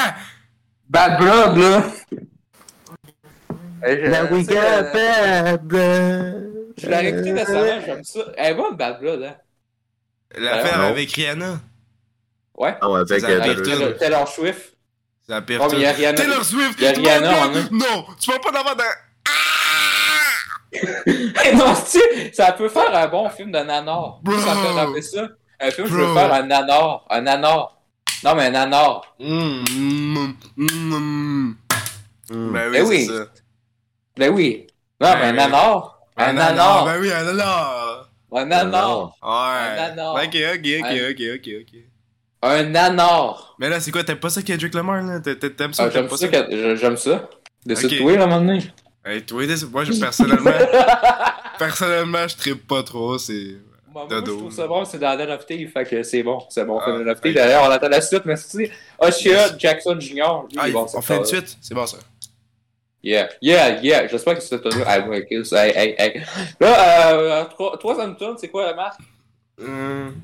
S4: Bad Blood, là!
S2: La
S3: Euh,
S2: Ouija, bad.
S4: euh, Je l'ai réécouté récemment, j'aime ça. Elle est bonne, Bad Blood, hein.
S3: L'affaire
S4: Ah,
S2: non.
S3: avec Rihanna.
S4: Ouais.
S2: Ah ouais, avec
S3: Ça
S2: euh,
S3: arrive
S2: Taylor-
S3: toujours.
S4: Taylor Taylor Swift.
S3: C'est la pire
S4: Oh, mais il y a Rihanna.
S3: Taylor Swift!
S4: Il y a
S3: tu m'as
S4: Rihanna,
S3: pas-
S4: hein.
S3: Non! Tu vas pas l'avoir dans...
S4: Eh non, tu ça peut faire un bon film de nanar.
S3: Bro.
S4: Ça peut rappeler ça. Un film, je
S3: Bro.
S4: veux faire un nanar. Un nanar. Non, mais un nanar.
S3: Mm, mm, mm, mm.
S2: Hmm.
S3: Ben
S4: Hmm. Eh
S3: oui,
S4: oui.
S3: c'est ça.
S4: Ben oui. Non, mais
S3: Ben
S4: un
S3: oui.
S4: nanar. Un
S3: ananas!
S4: nanar.
S3: Ben oui, un ananas!
S4: Un
S2: nanar.
S4: nanar. Un
S3: Ouais.
S4: ananas.
S3: Ok, ok,
S4: Un-
S3: ok, ok, ok, ok.
S4: Un nanar.
S3: Mais là, c'est quoi? T'aimes pas ça Kendrick Lamar, là? T'a- t'a- T'aimes ça
S4: Ah,
S3: ou t'aimes
S4: J'aime
S3: pas
S4: ça.
S3: ça?
S4: que- je- J'aime ça. De se
S3: Ok.
S4: trouver, là, maintenant.
S3: Hey, toi, dis- moi, je- personnellement... personnellement, je trippe pas trop, c'est...
S4: Moi, moi,
S3: Dodo.
S4: je trouve ça bon, c'est dans Dead of Thieves, fait que c'est bon, c'est bon,
S3: Ah,
S4: Dead of
S3: thank
S4: Thieves. D'ailleurs, on attend la suite, merci. Oshia Jackson Jr., lui,
S3: Ah,
S4: il est bon,
S3: on
S4: cette
S3: fait une
S4: histoire-là.
S3: suite? C'est bon, ça.
S4: Yeah, yeah, yeah, j'espère que c'est ton Ah, ouais, ok, hey, hey, hey. Là, euh, trois- troisième tourne, c'est quoi, Marc?
S3: Euh,
S4: Hum.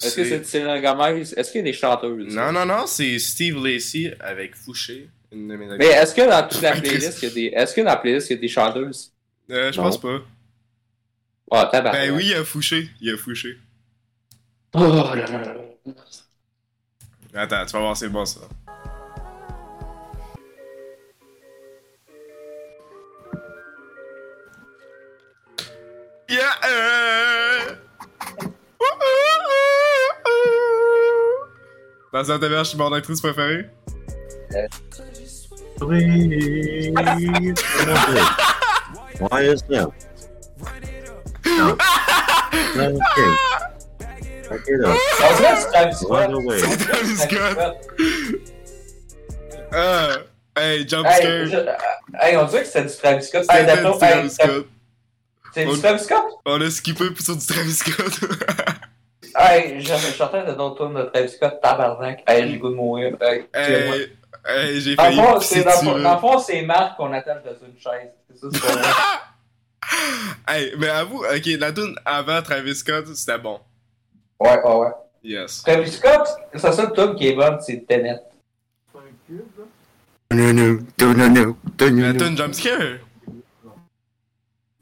S4: Est-ce que
S3: c'est-
S4: c'est Selena Gomez? Est-ce qu'il y a des chanteuses?
S3: Non, non, non, c'est Steve Lacey avec Fouché, une de mes amies.
S4: Mais est-ce que dans toute la playlist, il y a des, est-ce que dans la playlist, il y a des chanteuses?
S3: Euh, je
S2: Non.
S3: pense pas.
S4: Ah, tabac.
S3: Ben oui, il a Fouché. Il a Fouché.
S4: Oh là là là.
S3: Attends, tu vas voir, c'est bon ça. Yeah! euh. Dans un taverge, je suis mon actrice préférée.
S2: Ah, Please. Why is that? No. Okay. Back it up.
S4: On dirait que c'est Travis
S2: Run
S4: Scott.
S2: away.
S3: C'est Travis Scott!
S4: Scott.
S3: Ah! Hey, jump
S4: Hey, je-
S3: scare!
S4: euh, hey, on dirait que c'est du Travis Scott. Hey,
S3: C'était
S4: d'après-
S3: du Travis
S4: hey, c'est-
S3: Scott.
S4: C'est
S3: On-
S4: du Travis Scott?
S3: On a skippé pour sur du Travis Scott.
S4: Hey, je je sortais de ton tourne de Travis Scott, tabarnak. Hey, j'ai le goût de mourir. Hey, excusez-moi.
S3: Hey, hey, j'ai
S4: Dans le
S3: failli
S4: fond,
S3: pisser
S4: Ah, c'est- dans le
S3: dessus.
S4: fond- dans
S3: là.
S4: le fond, c'est Marc qu'on attache dans une chaise. C'est ça, c'est pas vrai.
S3: Hey, mais avoue, ok, la tune avant Travis Scott, c'était bon.
S4: Ouais, ouais, ouais.
S3: Yes.
S4: Travis Scott, sa seule tourne qui est bonne, c'est Tenet.
S2: No, no, no, no, no, no,
S3: La
S2: no, no.
S3: tune Jumpscare.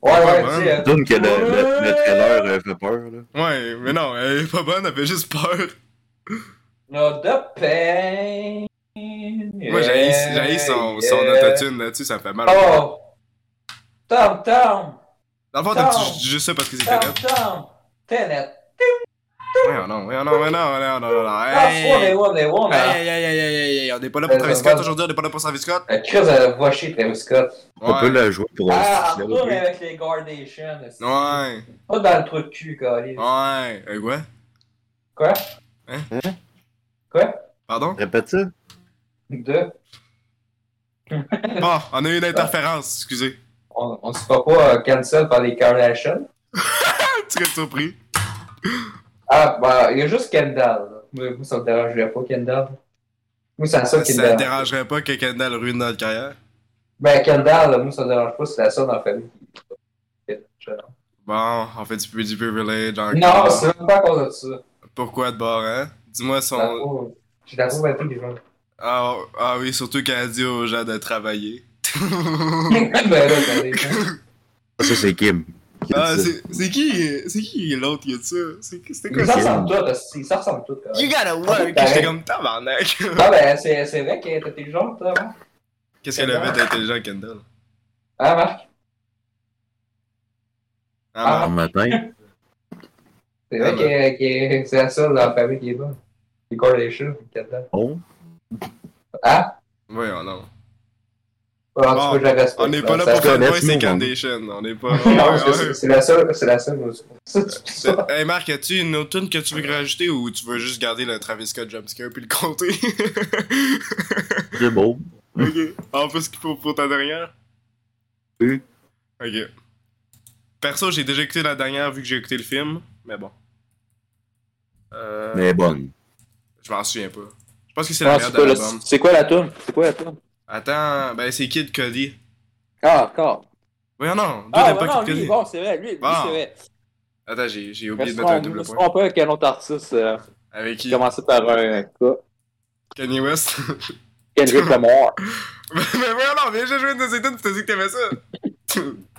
S4: Ouais,
S3: Ouais,
S4: ouais,
S3: ouais.
S4: tu sais. euh,
S2: Donne que le, le, le trailer euh, fait peur, là.
S3: Ouais, mais non, elle est pas bonne, elle fait juste peur.
S4: Not the pain. Moi,
S3: Moi, j'ai j'ai son, son autotune là-dessus, ça me fait mal.
S4: Oh! Tom, Tom!
S3: Dans le fond,
S4: ah.
S3: t'as juste ça parce que c'est
S4: Tom,
S3: Tenet?
S4: Tom! Tenet.
S3: Ouais, non, ouais, non, ouais, non, ouais, non, non, non.
S4: That's what they
S3: Hey,
S4: want, they want, hein.
S3: Hey, hey, hey, hey, hey, hey, hey, on est pas là pour Travis Scott aujourd'hui, on est pas là pour Travis Scott.
S4: Euh, Chris, elle va chier Travis Scott.
S2: On peut
S3: Ouais,
S2: la jouer pour
S4: Ah,
S2: le
S4: retourne avec les Guardations. c'est-
S3: ouais,
S4: Pas dans le trou de cul, Carlis.
S3: ouais. Euh, quoi?
S4: Quoi?
S3: Hein?
S2: Hein?
S4: Quoi?
S3: Pardon?
S2: Répète ça.
S4: De?
S3: Bon, Ah, on a eu une interférence, excusez.
S4: On, on se fera pas euh, cancel par les Kardashians.
S3: Tu restes surpris.
S4: Ah, bah, il y a juste Kendall. là. Mais vous, ça me dérangerait pas, Kendall. Moi, c'est la seule qui me
S3: Ça
S4: dérange.
S3: dérangerait pas que Kendall ruine notre carrière.
S4: Ben, Kendall, là, moi, ça me dérange pas, c'est la seule dans la famille. qui-
S3: Bon, on fait du peu du privilege
S4: Non,
S3: encore.
S4: c'est même pas à cause de ça.
S3: Pourquoi de bord, hein? Dis-moi
S4: Je la
S3: son.
S4: trouve- Je la trouve intelligente.
S3: Ah, ah oui, surtout quand elle dit aux gens de travailler.
S4: ben, là, regardez, hein.
S2: Ah, Ça, c'est Kim. Kim,
S3: ah,
S2: ça.
S3: c'est c'est qui, c'est qui l'autre qui a dit ça? C'est qui- C'était quoi
S4: Ils s'en
S3: ça?
S2: Kim.
S4: ressemblent tous, parce qu'ils s'en ressemblent tous. quand même.
S3: You gotta work!
S4: Ah,
S3: J'étais
S4: pareil.
S3: comme tabarnak!
S4: Ah, ben, c'est c'est vrai qu'elle est intelligente, là. hein.
S3: Qu'est-ce qu'elle
S4: Ah.
S3: avait d'intelligent, Kendall?
S4: Hein, Marc?
S3: Ah,
S4: Ah.
S2: Bon matin.
S4: C'est
S3: Ah
S4: vrai
S3: ben.
S4: qu'elle- qu'elle- que c'est la seule dans la famille qui est bonne. Les Kardashians, Kendall.
S2: Bon.
S4: Hein?
S3: non. Voyons, non.
S4: En
S3: Bon,
S4: tout cas, je la respecte.
S3: Ah, On n'est pas là
S4: Ça-
S3: pour faire
S2: connaît
S3: boys
S2: ce
S3: et
S2: mot, hein.
S3: Kardashian. On n'est pas.
S4: Non,
S3: Ouais,
S4: parce que
S3: ouais.
S4: c'est- c'est la seule, c'est la seule. c'est- c'est-
S3: C'est- Hey Marc, as-tu une autre tune que tu veux rajouter ou tu veux juste garder le Travis Scott jumpscare puis le compter?
S2: C'est beau.
S3: ok. En plus, qu'il faut pour ta dernière?
S2: Oui.
S3: Ok. Perso, j'ai déjà écouté la dernière vu que j'ai écouté le film, mais bon. Euh,
S2: Mais bonne.
S3: Je m'en souviens pas. Je pense que c'est la
S4: Ah,
S3: meilleure de
S4: C'est quoi,
S3: l'album.
S4: le- c'est quoi la tourne? C'est quoi la tourne?
S3: Attends, ben c'est Kid Cody.
S4: Ah, encore.
S3: Voyons non, toi
S4: Ah,
S3: t'aimes
S4: bah
S3: pas
S4: non,
S3: Kid
S4: lui,
S3: Cudi.
S4: bon, c'est vrai, lui, lui,
S3: Bon.
S4: c'est vrai.
S3: Attends, j'ai j'ai oublié de mettre
S4: Restons
S3: un
S4: on ne
S3: double
S4: se
S3: point.
S4: trompe pas qu'un autre artiste euh,
S3: Avec qui
S4: qui commençait par un cas.
S3: Kanye West.
S4: Kendrick Lamar.
S3: mais voyons non, mais j'ai joué une de ces tunes, tu t'as dit que t'aimais ça.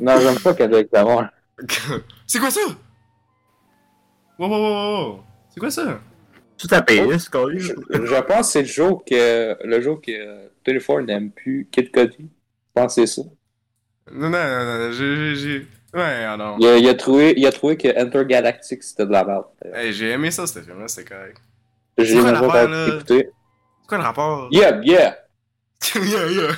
S4: Non, j'aime pas Kendrick Lamar.
S3: c'est quoi ça? Wow, wow, wow, wow. C'est quoi Ah, ça?
S2: Tu ta playlist, qu'on a eu?
S4: Je, je pense que c'est le jour que le jour que euh, 24 n'aime plus Kid Cudi. Je pense que c'est ça.
S3: Non, non, non, non, j'ai... j'ai- j'ai- Ouais, ah non.
S4: Il a, il a trouvé, il a trouvé que Enter Galactic c'était de la merde.
S3: Hey, j'ai aimé ça, ce film-là, c'était correct.
S4: J'ai
S3: quoi
S4: même
S3: l'affaire,
S4: pas
S3: là?
S4: écouté.
S3: C'est quoi le rapport?
S4: Yeah, yeah!
S3: yeah, yeah.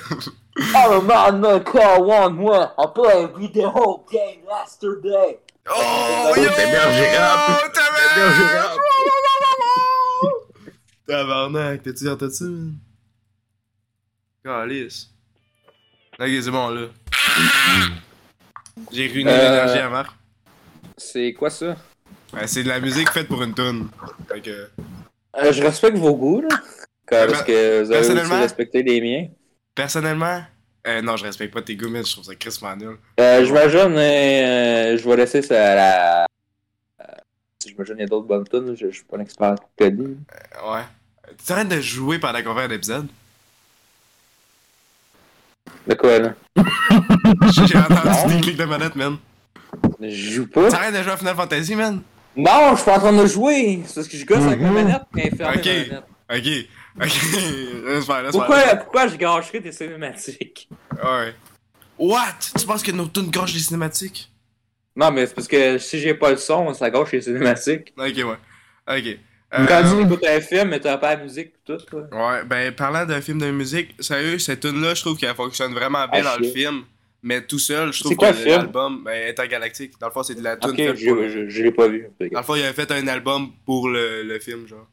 S4: Oh man, no car one moi! I play the whole game yesterday!
S3: Oh,
S4: Oh,
S3: yo!
S2: t'es bien gérable.
S3: T'es
S2: bien gérable.
S3: Tabarnak, t'es-tu dans t'as-tu, man? Calice. Ok, c'est bon, là. J'ai ruiné
S4: Euh.
S3: l'énergie à Marc.
S4: C'est quoi ça?
S3: Ouais, c'est de la musique faite pour une toune. Fait que...
S4: Euh, je respecte vos goûts, là. Car- Parce que vous avez aussi
S3: Ben, personnellement-
S4: respecté les miens.
S3: Personnellement, euh, non, je respecte pas tes goûts, mais je trouve ça crissement nul.
S4: Euh, J'imagine, euh, je vais laisser ça à la. euh, J'imagine, il y a d'autres bonnes tunes, je, je suis pas un expert en Cody.
S3: Euh, Ouais. Tu arrêtes de jouer pendant qu'on fait un épisode?
S4: De quoi, là?
S3: J'ai entendu des clics de manette, man.
S4: Je joue pas.
S3: T'arrêtes de jouer à Final Fantasy, man?
S4: Non, je suis pas en train de jouer! C'est parce que je gosse avec ma manette, mais fermée
S3: Ok.
S4: ma manette.
S3: Ok, ok. laisse faire, laisse faire.
S4: Pourquoi, pourquoi je gâcherais des cinématiques?
S3: Ouais. What? Tu penses que nos tunes gâchent les cinématiques?
S4: Non, mais c'est parce que si j'ai pas le son, ça gâche les cinématiques.
S3: Ok, ouais. Ok. Euh,
S4: Quand tu écoutes un film, mais t'as pas la musique pis tout, là.
S3: Ouais, ben parlant d'un film de musique, sérieux, cette tune-là, je trouve qu'elle fonctionne vraiment bien
S4: Ah,
S3: dans le
S4: shit.
S3: film. Mais tout seul, je trouve
S4: C'est quoi le
S3: que
S4: film?
S3: l'album ben, intergalactique. Dans le fond, c'est de la tune
S4: Ok,
S3: faite pour
S4: je,
S3: le-
S4: je, je l'ai pas vu.
S3: Dans le fond, il avait fait un album pour le, le film, genre.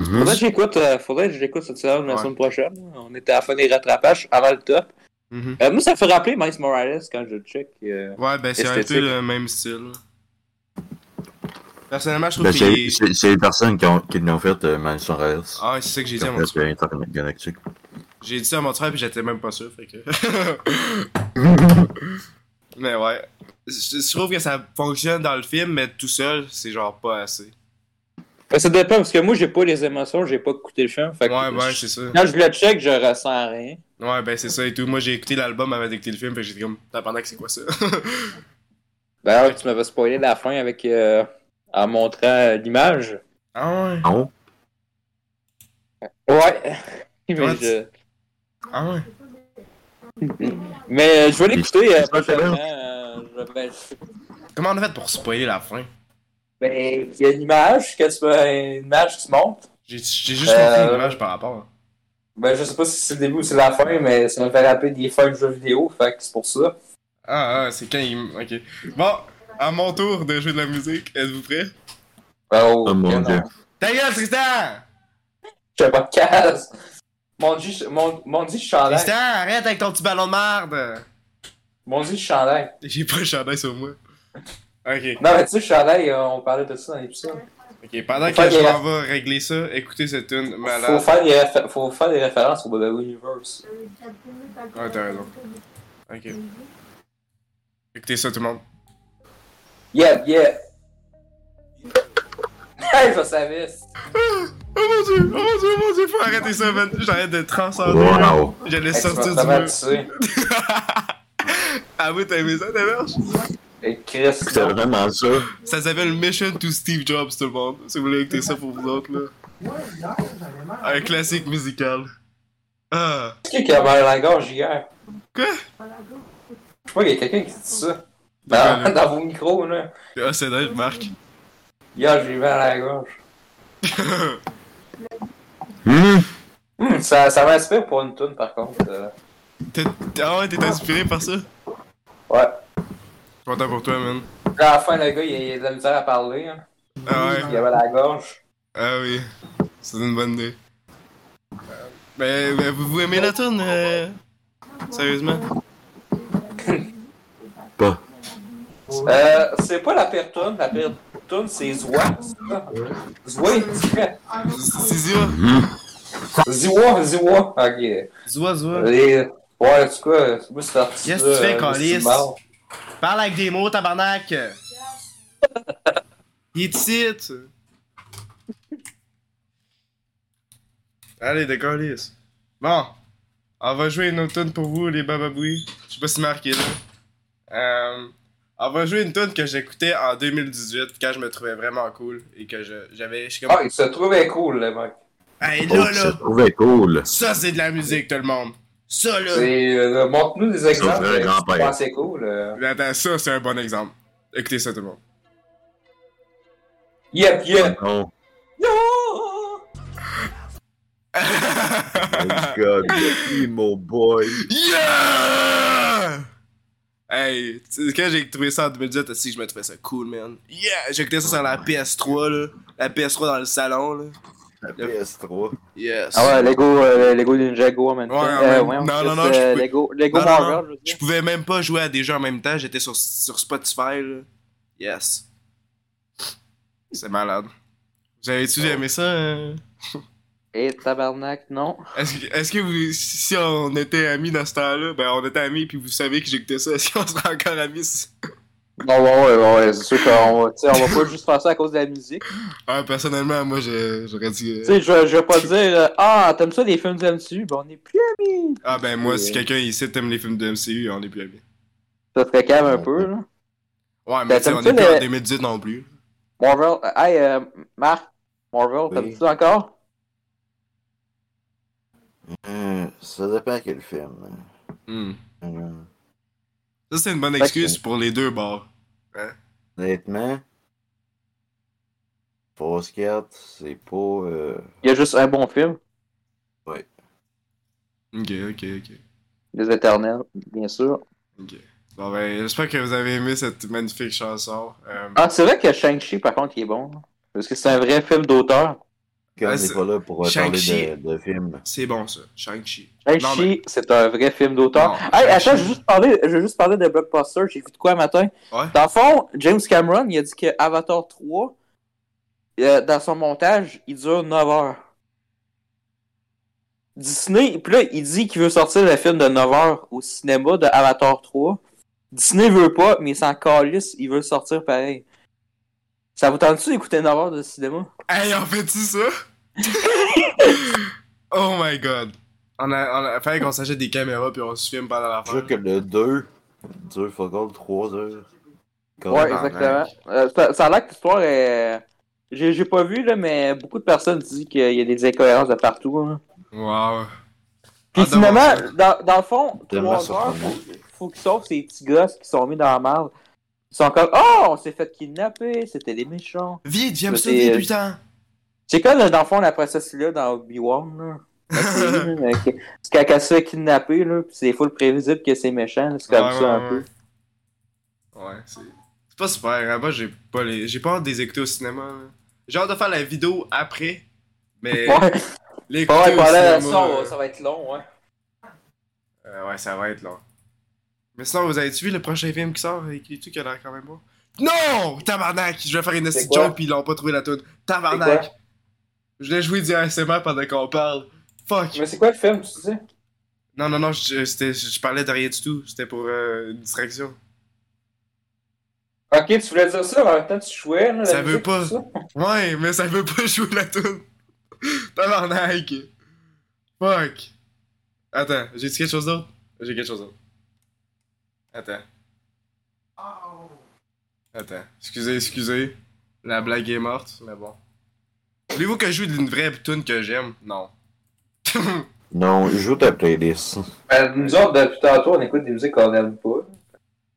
S2: Ben,
S4: Faudrait que j'écoute, euh, faudrait que j'écoute cette semaine, la
S3: Ouais.
S4: semaine prochaine. On était à la fin des rattrapages, avant le top.
S3: Mm-hmm.
S4: Euh, moi, ça me fait rappeler Miles Morales quand je le check. euh,
S3: Ouais, ben c'est un peu
S4: Esthétique.
S3: le même style. Personnellement, je trouve
S2: Ben,
S3: qu'il
S2: c'est-
S3: est...
S2: c'est c'est les personnes qui ont- qui l'ont fait, euh, Manson Reyes.
S3: Ah, c'est ça que j'ai
S2: Qui
S3: dit à
S2: ont
S3: mon
S2: fait euh, Internet Galactique.
S3: J'ai dit ça à mon frère puis j'étais même pas sûr, fait que. mais ouais. Je, je trouve que ça fonctionne dans le film, mais tout seul, c'est genre pas assez.
S4: ben, ça dépend, parce que moi, j'ai pas les émotions, j'ai pas écouté le film. Fait que
S3: Ouais, ouais,
S4: je-
S3: c'est ça.
S4: Quand je le check, je ressens rien.
S3: Ouais, ben c'est ça et tout. Moi j'ai écouté l'album avant d'écouter le film, fait que j'étais comme, tabarnak, c'est quoi ça?
S4: D'ailleurs, tu m'avais spoilé la fin avec. euh, en montrant euh, l'image.
S3: ah ouais,
S2: Non?
S4: Ouais. Mais
S3: Comment tu-
S4: je,
S3: ah ouais.
S4: mais, euh, je vais l'écouter euh,
S2: C'est pas très
S4: prochainement. euh, je vais-
S3: Comment on a fait pour spoiler la fin?
S4: Ben, il y a une image, qu'est-ce que c'est une image qui se monte.
S3: J'ai j'ai juste
S4: Euh,
S3: compris l'image par rapport.
S4: Ben, je sais pas si c'est le début ou c'est la fin, mais ça me fait rappeler des fins de jeux vidéo, fait que c'est pour ça.
S3: Ah, ah, c'est quand il. Ok. Bon, à mon tour de jouer de la musique, êtes-vous prêts?
S4: Oh,
S2: Oh mon
S4: que non.
S2: Dieu.
S3: Ta gueule, Tristan!
S4: Je pas de casse. Mon Dieu, je- mon, mon Dieu, je suis chandail.
S3: Tristan, arrête avec ton petit ballon de merde!
S4: Mon Dieu, je suis chandail.
S3: J'ai pas le chandail sur moi. Ok.
S4: Non, mais tu sais, je suis chandail, euh, on parlait de ça dans l'épisode.
S3: Ok, pendant
S4: Faut
S3: que je
S4: faire
S3: m'en vais régler ça, écoutez cette tune
S4: Faut
S3: malade.
S4: faire, des réfé- faut faire des références au Bubble Universe.
S3: Ouais, t'as raison. Ok.
S4: Mhm.
S3: Écoutez ça, tout le monde.
S4: Yeah, yeah. hey, je savais.
S3: Oh mon dieu, oh mon dieu, oh mon dieu, faut arrêter ça, man. J'arrête de transcender.
S2: Wow.
S3: J'allais
S4: Hey, tu
S3: sortir
S4: m'as
S3: du mur.
S4: traumatisé.
S3: ah oui, t'as aimé ça, ta marche?
S4: Hey, Chris.
S2: C'était vraiment ça.
S3: Ça s'appelle Mission to Steve Jobs, tout le monde. Si vous voulez écouter ça pour vous autres, là. Un classique musical. Ah.
S4: Qui qui a mal la gorge hier?
S3: Quoi?
S4: Je sais pas, il y a quelqu'un qui dit ça.
S3: Ben,
S4: Dans,
S3: là.
S4: dans vos micros, là.
S3: Ah, c'est dingue, Marc.
S4: Hier, j'ai mal à la gorge.
S2: Hmm.
S4: Hmm, ça ça m'inspire pour une toune, par contre. euh.
S3: T'es- Ah ouais, t'es inspiré par ça?
S4: ouais.
S3: Content pour toi, man.
S4: Là, à la fin, le gars, il a de la misère à parler. Hein.
S3: Ah ouais.
S4: Il avait la gorge.
S3: Ah oui, c'est une bonne idée. Euh, Ben, ben, vous, vous aimez la euh, tourne Sérieusement?
S2: Pas.
S5: Euh, c'est pas la pire toune, la pire toune, c'est Zwa. Zwa, il dit-
S3: C'est Zia.
S5: Ziwa, Ziwa. Ok.
S3: Zoua, zoua.
S5: Les- Ouais, en tout cas, moi, c'est artiste. euh,
S3: Qu'est-ce que tu
S4: Euh,
S3: fais, Calis?
S5: c'est mort.
S3: Parle avec des mots, tabarnak. Il est ici, tu. Allez, décollisse. Bon. On va jouer une autre tune pour vous, les bababouis. Je sais pas si Marc est là. Euh, on va jouer une tune que j'écoutais en 2018 quand je me trouvais vraiment cool et que je- j'avais. Je suis comme.
S5: Ah, il se trouvait cool, le mec.
S3: Hey,
S2: Oh,
S3: là,
S2: ça
S3: là!
S2: trouvait cool.
S3: Ça, c'est de la musique, tout le monde! Ça, là!
S5: C'est, euh, Montre-nous des exemples.
S2: vrai
S5: euh, si tu
S2: grand-père.
S5: penses que c'est cool. euh.
S3: Mais Attends, ça, c'est un bon exemple. Écoutez ça, tout le monde.
S5: Yep, yep.
S2: Oh,
S5: Yo!
S2: my God. mon boy.
S3: Yeah! Hey, tu sais, quand j'ai trouvé ça en 2018, si je me trouvais ça cool, man. Yeah! J'écoutais ça sur la PS3, là. La PS3 dans le salon, là.
S2: La PS3.
S3: Yes.
S4: Ah ouais, Lego, euh, Lego Ninjago en même
S3: Ouais,
S4: temps.
S3: en
S4: Euh,
S3: même-
S4: voyons,
S3: non,
S4: Chris,
S3: non, non,
S4: euh,
S3: je peux-
S4: Lego, Lego
S3: Non, non,
S4: Marvel,
S3: non.
S4: je veux
S3: Je
S4: dire.
S3: pouvais même pas jouer à des jeux en même temps, j'étais sur, sur Spotify, là. Yes. C'est malade. Vous avez-tu aimé ça? euh?
S4: Eh, tabarnak, non.
S3: Est-ce que, est-ce que vous, si on était amis dans ce temps-là, ben on était amis puis vous savez que j'écoutais ça, est-ce qu'on serait encore amis?
S4: Non, ouais, ouais, ouais, ouais, c'est sûr qu'on va, tu sais, on va pas juste faire ça à cause de la musique.
S3: Ah, personnellement, moi, je- j'aurais dit. euh,
S4: Tu sais, je, je vais pas dire, euh, ah, t'aimes ça les films dessus Ben, on est plus amis.
S3: Ah ben moi,
S4: Et,
S3: si
S4: euh,
S3: quelqu'un ici t'aime les films de MCU, on est plus amis.
S4: Ça serait calme un peu, là.
S3: Ouais, mais
S4: Ben,
S3: tu sais, on
S4: t'aimes-tu
S3: est plus en
S4: le-
S3: 2018 non plus.
S4: Marvel, euh, hey, euh, Marc, Marvel,
S2: Oui.
S4: t'aimes ça encore
S2: Euh, ça dépend quel film. Euh,
S3: Ça, c'est une bonne
S4: que-
S3: excuse pour les deux bords.
S2: honnêtement, Force 4, c'est pas. euh,
S4: Il y a juste un bon film,
S3: Ok, ok, ok.
S4: Les Éternels, bien sûr.
S3: ok. Bon ben, j'espère que vous avez aimé cette magnifique chanson. Euh,
S4: Ah, c'est vrai que Shang-Chi, par contre, il est bon. hein. Parce que c'est un vrai film d'auteur.
S2: Quand
S3: Ouais,
S2: on
S3: c'est-
S2: n'est pas là pour euh, parler
S3: Shang-Chi.
S2: de, de films.
S3: C'est bon ça, Shang-Chi. Non,
S4: Shang-Chi,
S3: mais-
S4: c'est un vrai film d'auteur.
S3: Non, Ben,
S4: Hey, attends,
S3: Shang-Chi-
S4: je vais juste parler, je vais juste parler de Blockbuster. J'ai vu de quoi matin?
S3: Ouais.
S4: Dans le fond, James Cameron, il a dit que Avatar 3, euh, dans son montage, il dure 9 heures. Disney, puis là, il dit qu'il veut sortir le film de 9 heures au cinéma de Avatar 3. Disney veut pas, mais sans calisse, il veut le sortir pareil. Ça vous tente-tu d'écouter 9 heures de cinéma?
S3: Hey, on fait-tu ça? oh my god. On a, on a fallait qu'on s'achète des caméras puis on se filme pendant la
S2: Je trouve
S3: fin.
S2: que le 2 dure fuck all 3 heures. Quand
S4: Ouais,
S2: même.
S4: exactement. Euh, ça, ça a l'air que l'histoire est. J'ai j'ai pas vu, là, mais beaucoup de personnes disent qu'il y a des incohérences de partout. hein.
S3: Wow.
S4: Puis
S3: Ah,
S4: finalement,
S3: dommage.
S4: dans, dans le fond,
S2: Tellement
S4: trois heures,
S2: surprenant.
S4: faut, faut qu'ils sauvent ces petits gosses qui sont mis dans la merde. Ils sont comme Oh, on s'est fait kidnapper, c'était des méchants.
S3: Vite, viens me
S4: C'est-
S3: sauver, putain!
S4: C'est comme là, dans le fond la princesse là dans Obi-Wan, là. La série, là, que- parce qu'elle- qu'elle se fait kidnapper, là, pis c'est full prévisible que c'est méchant, là, c'est comme
S3: Ouais,
S4: ça
S3: ouais,
S4: un
S3: ouais.
S4: peu.
S3: Ouais, c'est. C'est pas super. hein. Moi, j'ai pas les. J'ai pas hâte de les écouter au cinéma. là. J'ai hâte de faire la vidéo après. Mais
S4: Ouais,
S3: les écouter
S4: ouais,
S3: au
S4: pour aller à la
S3: cinéma,
S4: salle,
S3: euh,
S4: ça va être long, ouais.
S3: euh, ouais, ça va être long. Mais sinon, vous avez-tu vu le prochain film qui sort et qui qui a l'air quand même bon? Non! Tabarnak! Je vais faire une
S5: C'est
S3: petite
S5: quoi?
S3: joke pis ils l'ont pas trouvé la toune. Tabarnak! Je l'ai joué du ASMR pendant qu'on parle. Fuck!
S5: Mais c'est quoi le film, tu sais?
S3: Non, non, non, je, c'était- je parlais de rien du tout. C'était pour euh, une distraction.
S5: Ok, tu voulais dire ça, mais en même temps, tu jouais. Là,
S3: Ça
S5: la
S3: veut
S5: musique,
S3: pas.
S5: tout ça.
S3: Ouais, mais ça veut pas jouer la toune. Tabarnak. Fuck. Attends, j'ai dit quelque chose d'autre? J'ai quelque chose d'autre. Attends. Attends. Excusez, excusez. La blague est morte, mais bon. Voulez-vous que je joue d'une vraie toune que j'aime? Non.
S2: Non, joue ta playlist.
S5: Ben, nous autres, depuis tantôt, on écoute des musiques qu'on aime pas.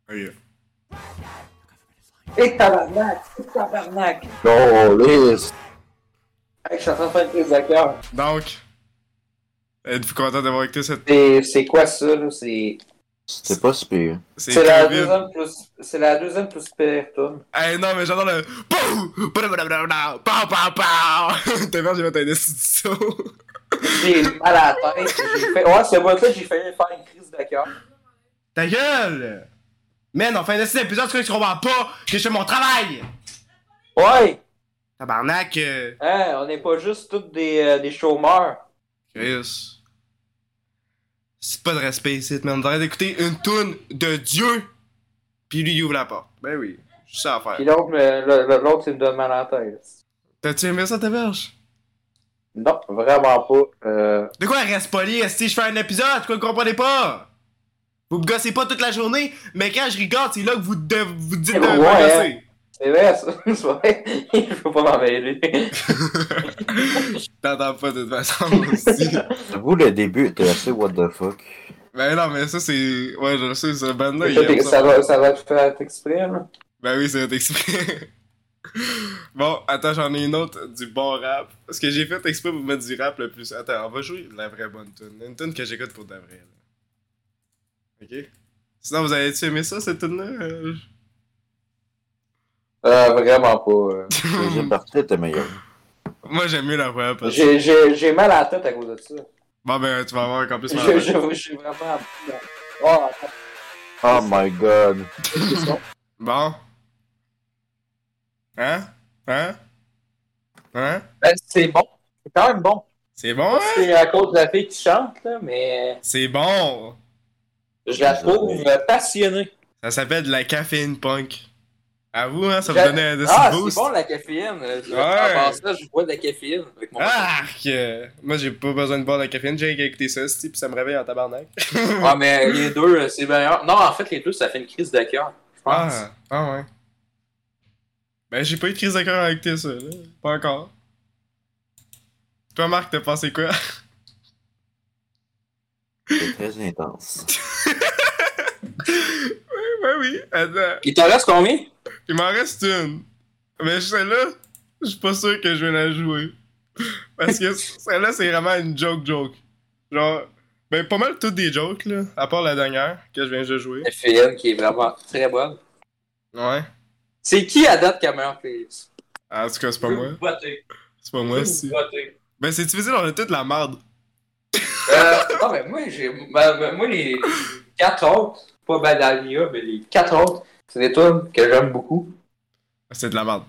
S3: Ok.
S5: Et tabarnak! Et tabarnak!
S2: Oh, liste!
S5: Hey, je suis en train de faire une prise de cœur.
S3: Donc. Êtes-vous content d'avoir écouté cette.
S5: C'est- C'est quoi ça, là? C'est
S2: C'était pas si pire.
S5: c'est la,
S3: COVID.
S5: deuxième plus... c'est la deuxième plus pire tune.
S3: Hey, non, mais j'entends le. Pouf! Blablabla! Pow, pow, pow! T'as peur, j'ai fait un institution.
S5: J'ai mal à la tête. j'ai Fait... Ouais, ce mois-là, j'ai failli faire une crise de cœur.
S3: Ta gueule! Man, en fin de cet épisode, tu comprends pas que je fais mon travail!
S5: Ouais!
S3: Tabarnak! euh,
S5: Hein, on n'est pas juste tous des, euh, des chômeurs.
S3: Chris. C'est pas de respect ici, man. On devrait d'écouter une toune de Dieu, puis lui, il ouvre la porte. Ben oui, je ça à faire.
S5: Puis l'autre, me- le- le- l'autre, il me donne mal à la tête.
S3: T'as-tu aimé ça, ta verge?
S5: Non, vraiment pas. Euh,
S3: De quoi elle reste polie? Si je fais un épisode, quoi, vous comprenez pas? Vous me gossez pas toute la journée, mais quand je regarde, c'est là que vous, de- vous dites de me
S5: Ouais,
S3: gosser.
S5: c'est vrai, ça. c'est vrai. Je veux pas m'en mêler.
S3: T'entends pas de toute façon aussi.
S2: J'avoue, le début était assez what the fuck.
S3: ben non, mais ça c'est. Ouais, je le sais, ce band-là, il
S5: ça,
S3: aime
S5: t'es-
S3: ça.
S5: ça va, ça va te faire exprès, là.
S3: Ben oui, c'est exprès. bon, attends, j'en ai une autre du bon rap. Parce que j'ai fait exprès pour mettre du rap le plus. Attends, on va jouer de la vraie bonne tune. Une tune que j'écoute pour de vrai. là. Ok? Sinon, vous avez aimé ça, cette tune-là? euh,
S5: Euh, vraiment pas. euh.
S4: Hmm.
S2: La deuxième partie était meilleure.
S3: Moi, j'aime mieux la première parce
S5: J'ai- J'ai j'ai mal à la tête à cause de ça.
S3: Bon, ben, tu vas avoir encore plus mal. à
S5: Je
S3: la
S5: je-
S3: tête.
S5: je suis vraiment. Oh,
S2: Oh my god.
S3: Bon. Hein? Hein? Hein?
S5: ben, c'est bon. C'est quand même bon.
S3: C'est bon, hein?
S5: C'est à cause de la fille qui chante, là, mais
S3: C'est bon!
S5: je la trouve euh, passionnée.
S3: Ça s'aj'appelle de la caféine punk. À vous, hein, ça vous
S5: J'a-
S3: donnait un
S5: Ah,
S3: déciboost.
S5: c'est bon la caféine. Je-
S3: Ouais.
S5: En passant, je bois de la caféine avec mon
S3: Arc! Euh, Moi, j'ai pas besoin de boire de la caféine, j'ai qu'à écouter ça, c'ti, pis ça me réveille en tabarnak.
S5: Ah, mais les deux, euh, c'est meilleur. Non, en fait, les deux, ça fait une crise de cœur, je pense.
S3: Ah, ah ouais. Ben, j'ai pas eu de crise de cœur à écouter ça, là. Pas encore. Toi, Marc, t'as pensé quoi?
S2: C'était très intense.
S3: ben oui, attends.
S5: Il t'en reste combien?
S3: Il m'en reste une. Mais celle-là, je suis pas sûr que je vais la jouer. Parce que celle-là, c'est vraiment une joke-joke. Genre, ben, pas mal toutes des jokes, là. À part la dernière que je viens de jouer.
S5: La caféine E qui est vraiment très bonne.
S3: Ouais.
S5: C'est qui à date qui a meilleure playlist?
S3: En tout cas, c'est pas moi.
S4: Voter.
S3: C'est pas moi, si.
S4: Voter.
S3: Ben, c'est difficile, on a toute la merde.
S5: Euh, non, mais moi, j'ai. ben, ben, moi, les quatre autres, pas Badalia, mais les quatre autres, c'est des tunes que j'aime beaucoup.
S3: C'est de la merde.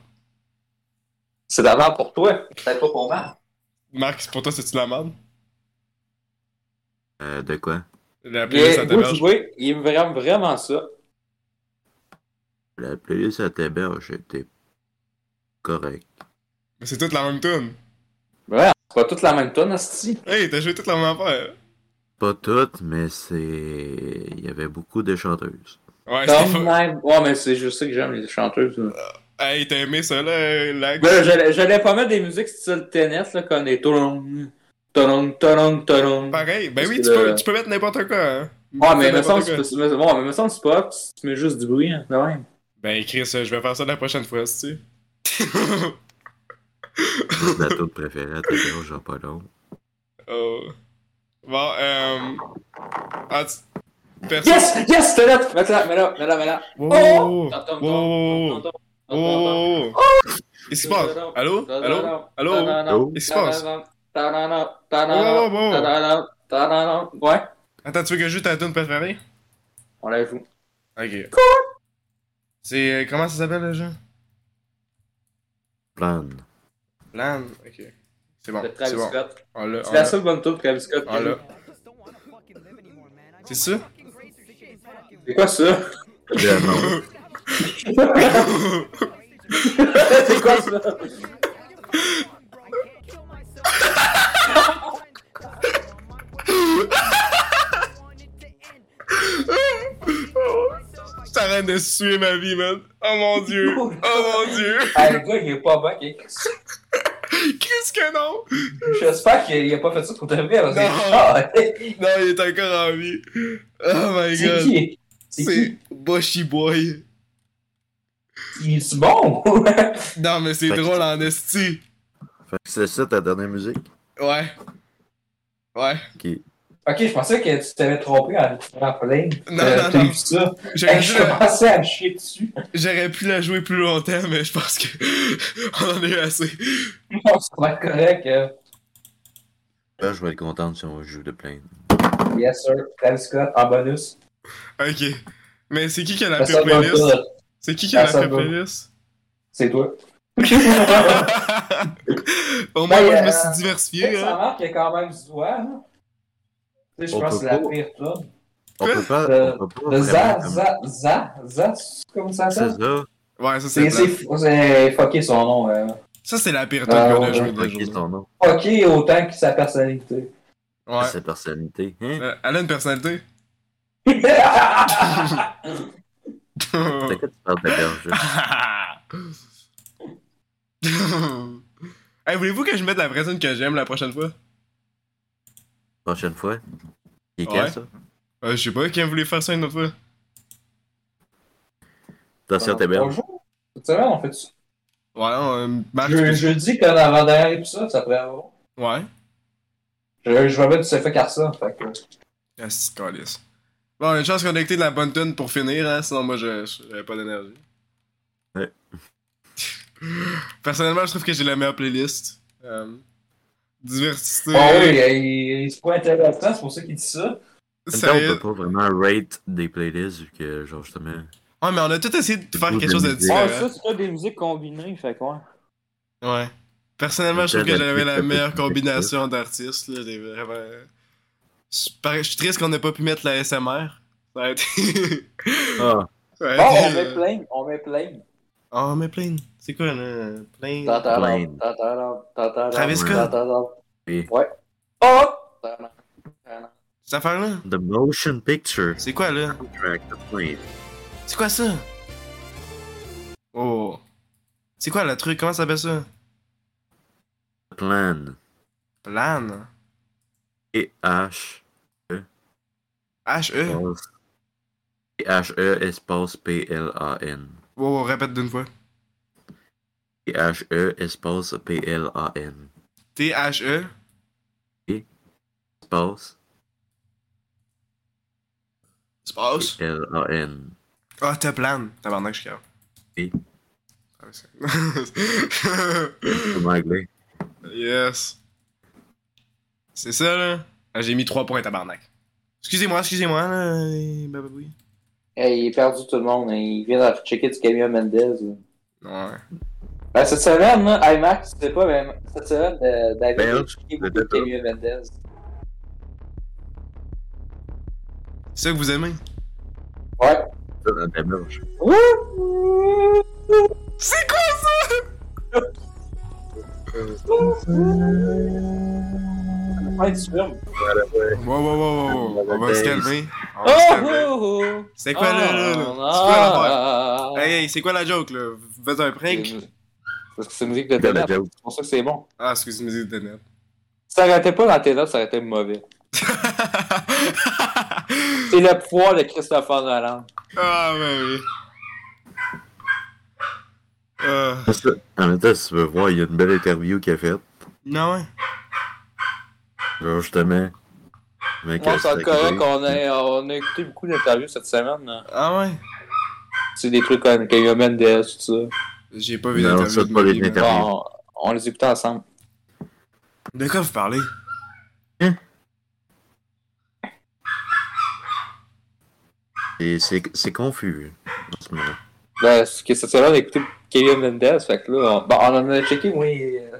S5: C'est d'abord pour toi, peut-être pas pour moi.
S3: Marc, c'est pour toi, c'est-tu de la merde?
S2: Euh, de quoi
S3: La
S5: Il est,
S3: playlist à
S5: moi, tu
S3: t'héberge.
S5: vois, il aime vraiment, vraiment ça.
S2: La playlist à Téberge était correcte.
S3: Mais c'est toute la même tune.
S5: Ouais, c'est pas toute la même tonne, Asti.
S3: Hey, t'as joué toute la même affaire.
S2: Pas toutes, mais c'est. Il y avait beaucoup de chanteuses.
S3: Ouais,
S5: Quand
S3: Ah, c'est pas...
S5: même. Ouais, mais c'est juste ça que j'aime, les chanteuses. là.
S3: Hey, t'as aimé ça, là, euh, Lax?
S5: Ben, j'allais- j'allais pas mettre des musiques style tennis, là, comme des tolong, tolong, tolong, tolong.
S3: Pareil. Ben
S5: Parce
S3: oui,
S5: que
S3: tu peux,
S5: le-
S3: tu peux mettre n'importe quoi, hein.
S5: Ouais, mais me semble
S3: n'importe
S5: que
S3: quoi.
S5: c'est pas- ouais, mais me semble que c'est pas, tu tu mets juste du bruit, hein, de même.
S3: Ben, Chris, euh, je vais faire ça la prochaine fois, si tu sais.
S2: Mon plateau préféré à Téberge, j'en pas long.
S3: oh. Bon, euh... Ah, tu- Personne...
S5: Yes! Yes! T'es là! Mets là, mets là, mets là, mets là.
S3: Wow, wow, wow,
S5: Tom, Tom,
S3: wow, wow,
S5: Tom,
S3: wow, wow, wow. Qu'est-ce qui se passe? Allô? Allô? Allô?
S2: Oh,
S3: Qu'est-ce qui se passe? Wow, wow, wow.
S5: Ouais,
S3: Attends, tu veux que je joue ta tune préférée?
S5: on la joue.
S3: Ok. C'est. euh, comment ça s'appelle le jeu?
S2: Plan.
S3: Lan. Ok. C'est bon.
S5: Le Travis
S3: C'est bon. Ah
S5: Scott.
S3: On l'a.
S5: C'est
S3: on
S5: la
S3: l'a,
S5: seule bonne tour de Travis Scott.
S3: On l'a. C'est ça?
S5: C'est quoi ça?
S2: Euh, non.
S5: C'est quoi ça?
S3: Je t'arrête de suer ma vie, man. Oh mon dieu. Oh mon dieu.
S5: Ah, le gars, il est pas bon. il-
S3: Qu'est-ce que non?
S5: J'espère qu'il a pas fait ça pour te parce que-
S3: Non.
S5: Ah,
S3: Non, il est encore en vie. Oh my
S5: C'est
S3: god.
S5: qui? C'est qui?
S3: C'est Boshi Boy.
S5: Il est bon?
S3: Non, mais c'est
S2: Fait que-
S3: drôle en esti.
S2: Fait que c'est ça ta dernière musique
S3: Ouais. Ouais.
S2: qui
S5: Ok, je pensais que tu t'avais trompé en en plein.
S3: Non,
S5: Euh,
S3: non,
S5: t'as
S3: non.
S5: vu ça?
S3: J'aurais
S5: Hey,
S3: dû
S5: Je
S3: la-
S5: commençais à me chier dessus.
S3: J'aurais pu la jouer plus longtemps, mais je pense que. On en a eu assez.
S5: Non, c'est pas correct. euh,
S2: Là, je vais être contente si on joue de plein.
S5: ah, Yes, sir. Travis Scott en bonus.
S3: Ok. Mais c'est qui qui a la pire
S4: Personne dans le
S3: playlist?
S4: tas.
S3: C'est qui qui a la
S4: Personne
S3: pire
S4: va.
S3: playlist?
S4: C'est toi.
S3: Au moins,
S4: Ben,
S3: moi, je me
S4: euh,
S3: suis diversifié,
S4: Ça
S3: hein.
S4: marque qu'il y a quand même du doigt. hein. Tu sais, je
S2: On
S4: pense que
S2: peut
S4: c'est la
S2: pas.
S4: pire tune.
S2: On peut pas.
S4: Euh,
S2: on peut pas
S4: Le za,
S2: vraiment comme-
S4: za, za, za, c'est comme ça
S2: C'est
S4: s'appelle?
S2: ça.
S3: Ouais, ça, c'est
S4: C'est,
S3: plate.
S4: c'est, c'est fucké son nom. Euh.
S3: Ça, c'est la pire tune
S4: Ah,
S3: qu'on a
S4: ouais,
S3: jouée
S2: Je
S3: de la
S2: vais
S3: journée.
S2: son nom.
S4: Fucké autant que sa personnalité.
S3: Ouais.
S2: Sa personnalité. Hein?
S3: Euh, Elle a une personnalité.
S2: T'as quoi tu parles de la gorge?
S3: hey, voulez-vous que je mette la personne que j'aime la prochaine fois?
S2: Prochaine fois. Il est
S3: Ouais.
S2: quel, ça?
S3: Euh, je sais pas, qui voulait faire ça une autre fois?
S2: Attention, t'es belle.
S4: Bonjour. Cette semaine, on fait ça.
S3: Ouais, on, euh, Marc,
S4: Je,
S3: tu
S4: jeudi, comme avant-dernier épisode, ça pourrait avoir.
S3: peux- Ouais.
S4: Je, je vais mettre du Sophie Carson. Fait que...
S3: Ah, c'est calisse. Bon, une chance qu'on a écouté de la bonne tune pour finir, hein, sinon moi, je- j'avais pas d'énergie.
S2: Ouais.
S3: Personnellement, je trouve que j'ai la meilleure playlist. Euh, diversité.
S4: Ah oui, il, il se pointe là-dedans, c'est pour ça qu'il dit ça.
S2: En même temps,
S3: sérieux.
S2: on peut pas vraiment rate des playlists vu que, genre, justement.
S3: Ouais, Ah, mais on a tout essayé de faire
S2: Beaucoup
S3: quelque
S2: de
S3: chose de
S2: musique.
S6: Ah, ça,
S3: différent.
S6: c'est pas des musiques combinées, fait quoi.
S3: Ouais. Personnellement, je trouve que
S2: Peut-être
S3: j'avais la
S2: peut-être
S3: meilleure
S2: peut-être
S3: combinaison d'artistes. là, des vraiment- Je suis pareil- je suis triste qu'on n'ait pas pu mettre la SMR. Ça a été.
S2: Ah,
S3: Ça a
S6: Bon,
S3: été,
S6: Oh, on met
S3: euh,
S6: plein, on met plein.
S3: Ah, on met plein. C'est quoi, là Plein.
S4: Tataram, tataram, tataram,
S3: Travis Scott.
S4: tataram.
S2: oui.
S4: Oh! Tataram, tataram.
S3: Cette affaire-là
S2: The Motion Picture
S3: C'est quoi, là
S2: Track of Plane.
S3: C'est quoi ça Oh. C'est quoi le truc Comment ça s'appelle ça
S2: Plan.
S3: Plan.
S2: Et H.
S3: H-E.
S2: espace- T-H-E espace P-L-A-N.
S3: Wow, wow, Oh, répète d'une fois.
S2: T-H-E espace P-L-A-N.
S3: T-H-E.
S2: Espace
S3: Space.
S2: P-L-A-N.
S3: Ah, t'as plan. Tabarnak, je suis capable.
S2: Oui.
S3: Ah, c'est-
S2: Comme anglais.
S3: Yes. C'est ça, là. Ah, J'ai mis 3 points, tabarnak. Excusez-moi, excusez-moi, là. Bah, les bababoui.
S4: Hey, Eh, il est perdu tout le monde. hein. Il vient de checker du camion Mendez.
S3: Ouais.
S4: Ben, cette semaine, là, hey Max, tu sais pas, mais cette semaine, euh, David
S2: Ben,
S4: a checké beaucoup de
S2: peut-être
S4: camion Mendez.
S3: C'est ça que vous aimez.
S4: Ouais.
S2: Ça, dans ta marche.
S3: C'est quoi ça?
S4: Ouais, tu filmes.
S3: Wow, wow, wow, wow, wow. On va se calmer. On
S6: Oh,
S3: va
S4: Ah,
S3: se calmer.
S6: oh, oh.
S3: C'est quoi, là, là, là? C'est quoi l'affaire?
S6: Ah,
S3: Hey, hey, c'est quoi la joke, là? Vous faites un prank?
S4: Parce que c'est une musique de
S2: Dans la
S4: ténèbres.
S2: joke.
S4: C'est pour ça que c'est bon.
S3: Ah, excusez-moi, musique de net.
S4: Si t'arrêtais pas dans tes notes, ça aurait été mauvais. C'est le pouvoir de Christopher Nolan.
S3: ah, ben oui. Euh,
S2: Parce que, En même temps, si tu veux voir, il y a une belle interview qu'il a faite.
S3: non, ouais.
S2: Genre, justement. le mec
S4: Moi,
S2: a
S4: c'est le cas
S2: sacrifié.
S4: qu'on a, on a écouté beaucoup d'interviews cette semaine. là.
S3: Ah, ouais.
S4: C'est des trucs comme Camion Mendez, tout ça.
S3: J'ai pas vu
S2: Non, ça,
S3: d'interview
S2: c'est
S3: de
S2: pas
S3: ma
S2: les
S3: vie, mais-
S2: interviews.
S4: Bon, on, on les écoutait ensemble.
S3: De quoi vous parlez?
S2: C'est- c'est- C'est confus. En ce moment.
S4: Ben, c'est que cette semaine, on a écouté Kevin Mendez, fait que là, on, ben, on en a checké, oui, euh,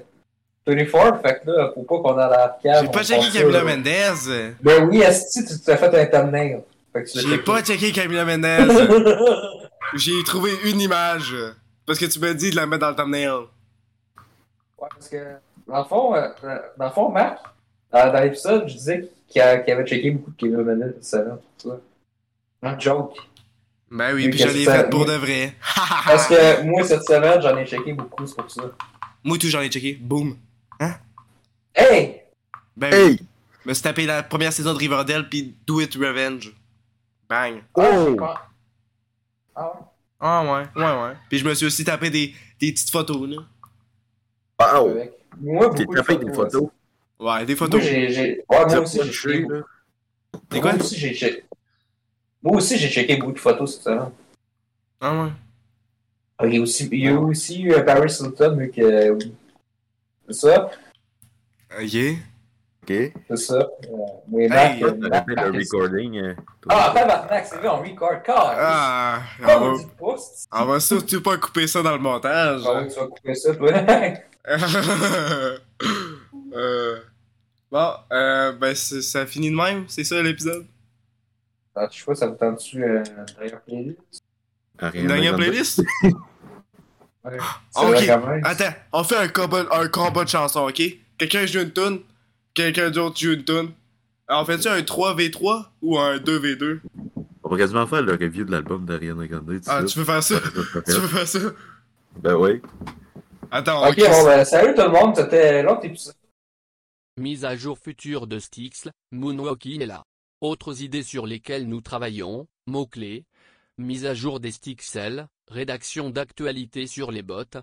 S4: 24, fait que là, faut pas qu'on a la
S6: Ah,
S4: cave.
S3: J'ai
S4: on
S3: pas checké
S4: pense
S3: Camila
S4: ça.
S3: Mendez.
S4: Ben oui, Asti, tu t'es fait un thumbnail. Fait que tu l'as
S3: J'ai
S4: checké.
S3: pas checké Camila Mendez. J'ai trouvé une image. Parce que tu m'as dit de la mettre dans le thumbnail.
S4: Ouais, parce que, dans le fond, euh, dans le fond, Marc, dans, dans l'épisode, je disais qu'il a- qu'il avait checké beaucoup de Kevin Mendez cette semaine, tout ça. Un joke.
S3: Ben oui,
S4: Mais
S3: puis je
S4: qu'est-ce
S3: l'ai
S4: que ça-
S3: faite pour de vrai.
S4: Parce
S3: Ah.
S4: que moi, cette semaine, j'en ai checké beaucoup, c'est pour ça.
S3: Moi tout, j'en ai checké. Boum.
S4: Hey!
S3: Ben oui.
S2: Hey!
S3: Je me suis tapé la première saison de Riverdale puis Do It Revenge. Bang.
S2: Oh!
S4: Ah ouais?
S3: Ah ouais, ouais, ouais. Puis je me suis aussi tapé des, des petites photos, là. hein.
S2: Wow!
S4: Avec- Moi,
S2: Oh. T'es
S4: beaucoup de
S2: tapé avec des
S4: photos.
S2: photos.
S3: Ouais, des
S4: Moi,
S3: photos.
S4: j'ai, j'ai... Ouais, moi
S2: Ça
S4: aussi, j'ai checké.
S2: couché,
S4: beaucoup.
S2: là.
S3: T'es
S4: Moi
S3: quoi?
S4: aussi, j'ai checké. Moi aussi, j'ai checké beaucoup de photos cette semaine.
S3: Ah ouais.
S4: Il y a aussi, il y a aussi eu
S5: euh,
S4: euh, Paris Hilton, vu que. C'est ça.
S3: Ok.
S2: Ok.
S5: C'est ça. Euh, mais
S3: Hey,
S5: Marc, euh,
S2: Ça
S5: Marc,
S2: répète
S5: Marc,
S2: le recording. euh,
S5: Ah, tabarnak, c'est vrai, on record. Car,
S3: Ah,
S5: ah,
S3: on va,
S5: dit pas, c'est-
S3: on va surtout pas couper ça dans le montage.
S5: Ah ouais, tu vas couper ça, toi. Hey,
S3: Euh, Bon, euh, ben c'est- ça finit de même, c'est ça l'épisode.
S5: Je sais pas, ça vous tente-tu euh, derrière playlist?
S2: Ariana
S3: Une dernière
S2: Grande.
S3: playlist?
S5: Ouais.
S3: Ah, Ok.
S5: Ça va quand même.
S3: Attends, on fait un combat, un combat de chansons, ok? Quelqu'un joue une toune, quelqu'un d'autre joue une toune. Alors, on fait-tu un 3v3 ou un 2v2?
S2: On va quasiment faire le review de l'album d'Ariana Grande. tout
S3: Ah,
S2: ça.
S3: tu veux faire ça? tu veux faire ça?
S2: Ben oui.
S3: Attends, on
S5: Ok, bon, ben, salut tout le monde, c'était l'autre épisode.
S1: Mise à jour future de Styx, Moonwalking est là. Autres idées sur lesquelles nous travaillons, mots-clés, mise à jour des Styxels, rédaction d'actualité sur les bots.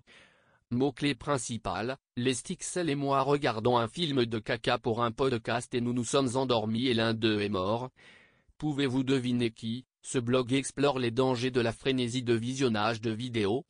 S1: Mot-clé principal, les Styxels et moi regardons un film de caca pour un podcast et nous nous sommes endormis et l'un d'eux est mort. Pouvez-vous deviner qui Ce blog explore les dangers de la frénésie de visionnage de vidéos.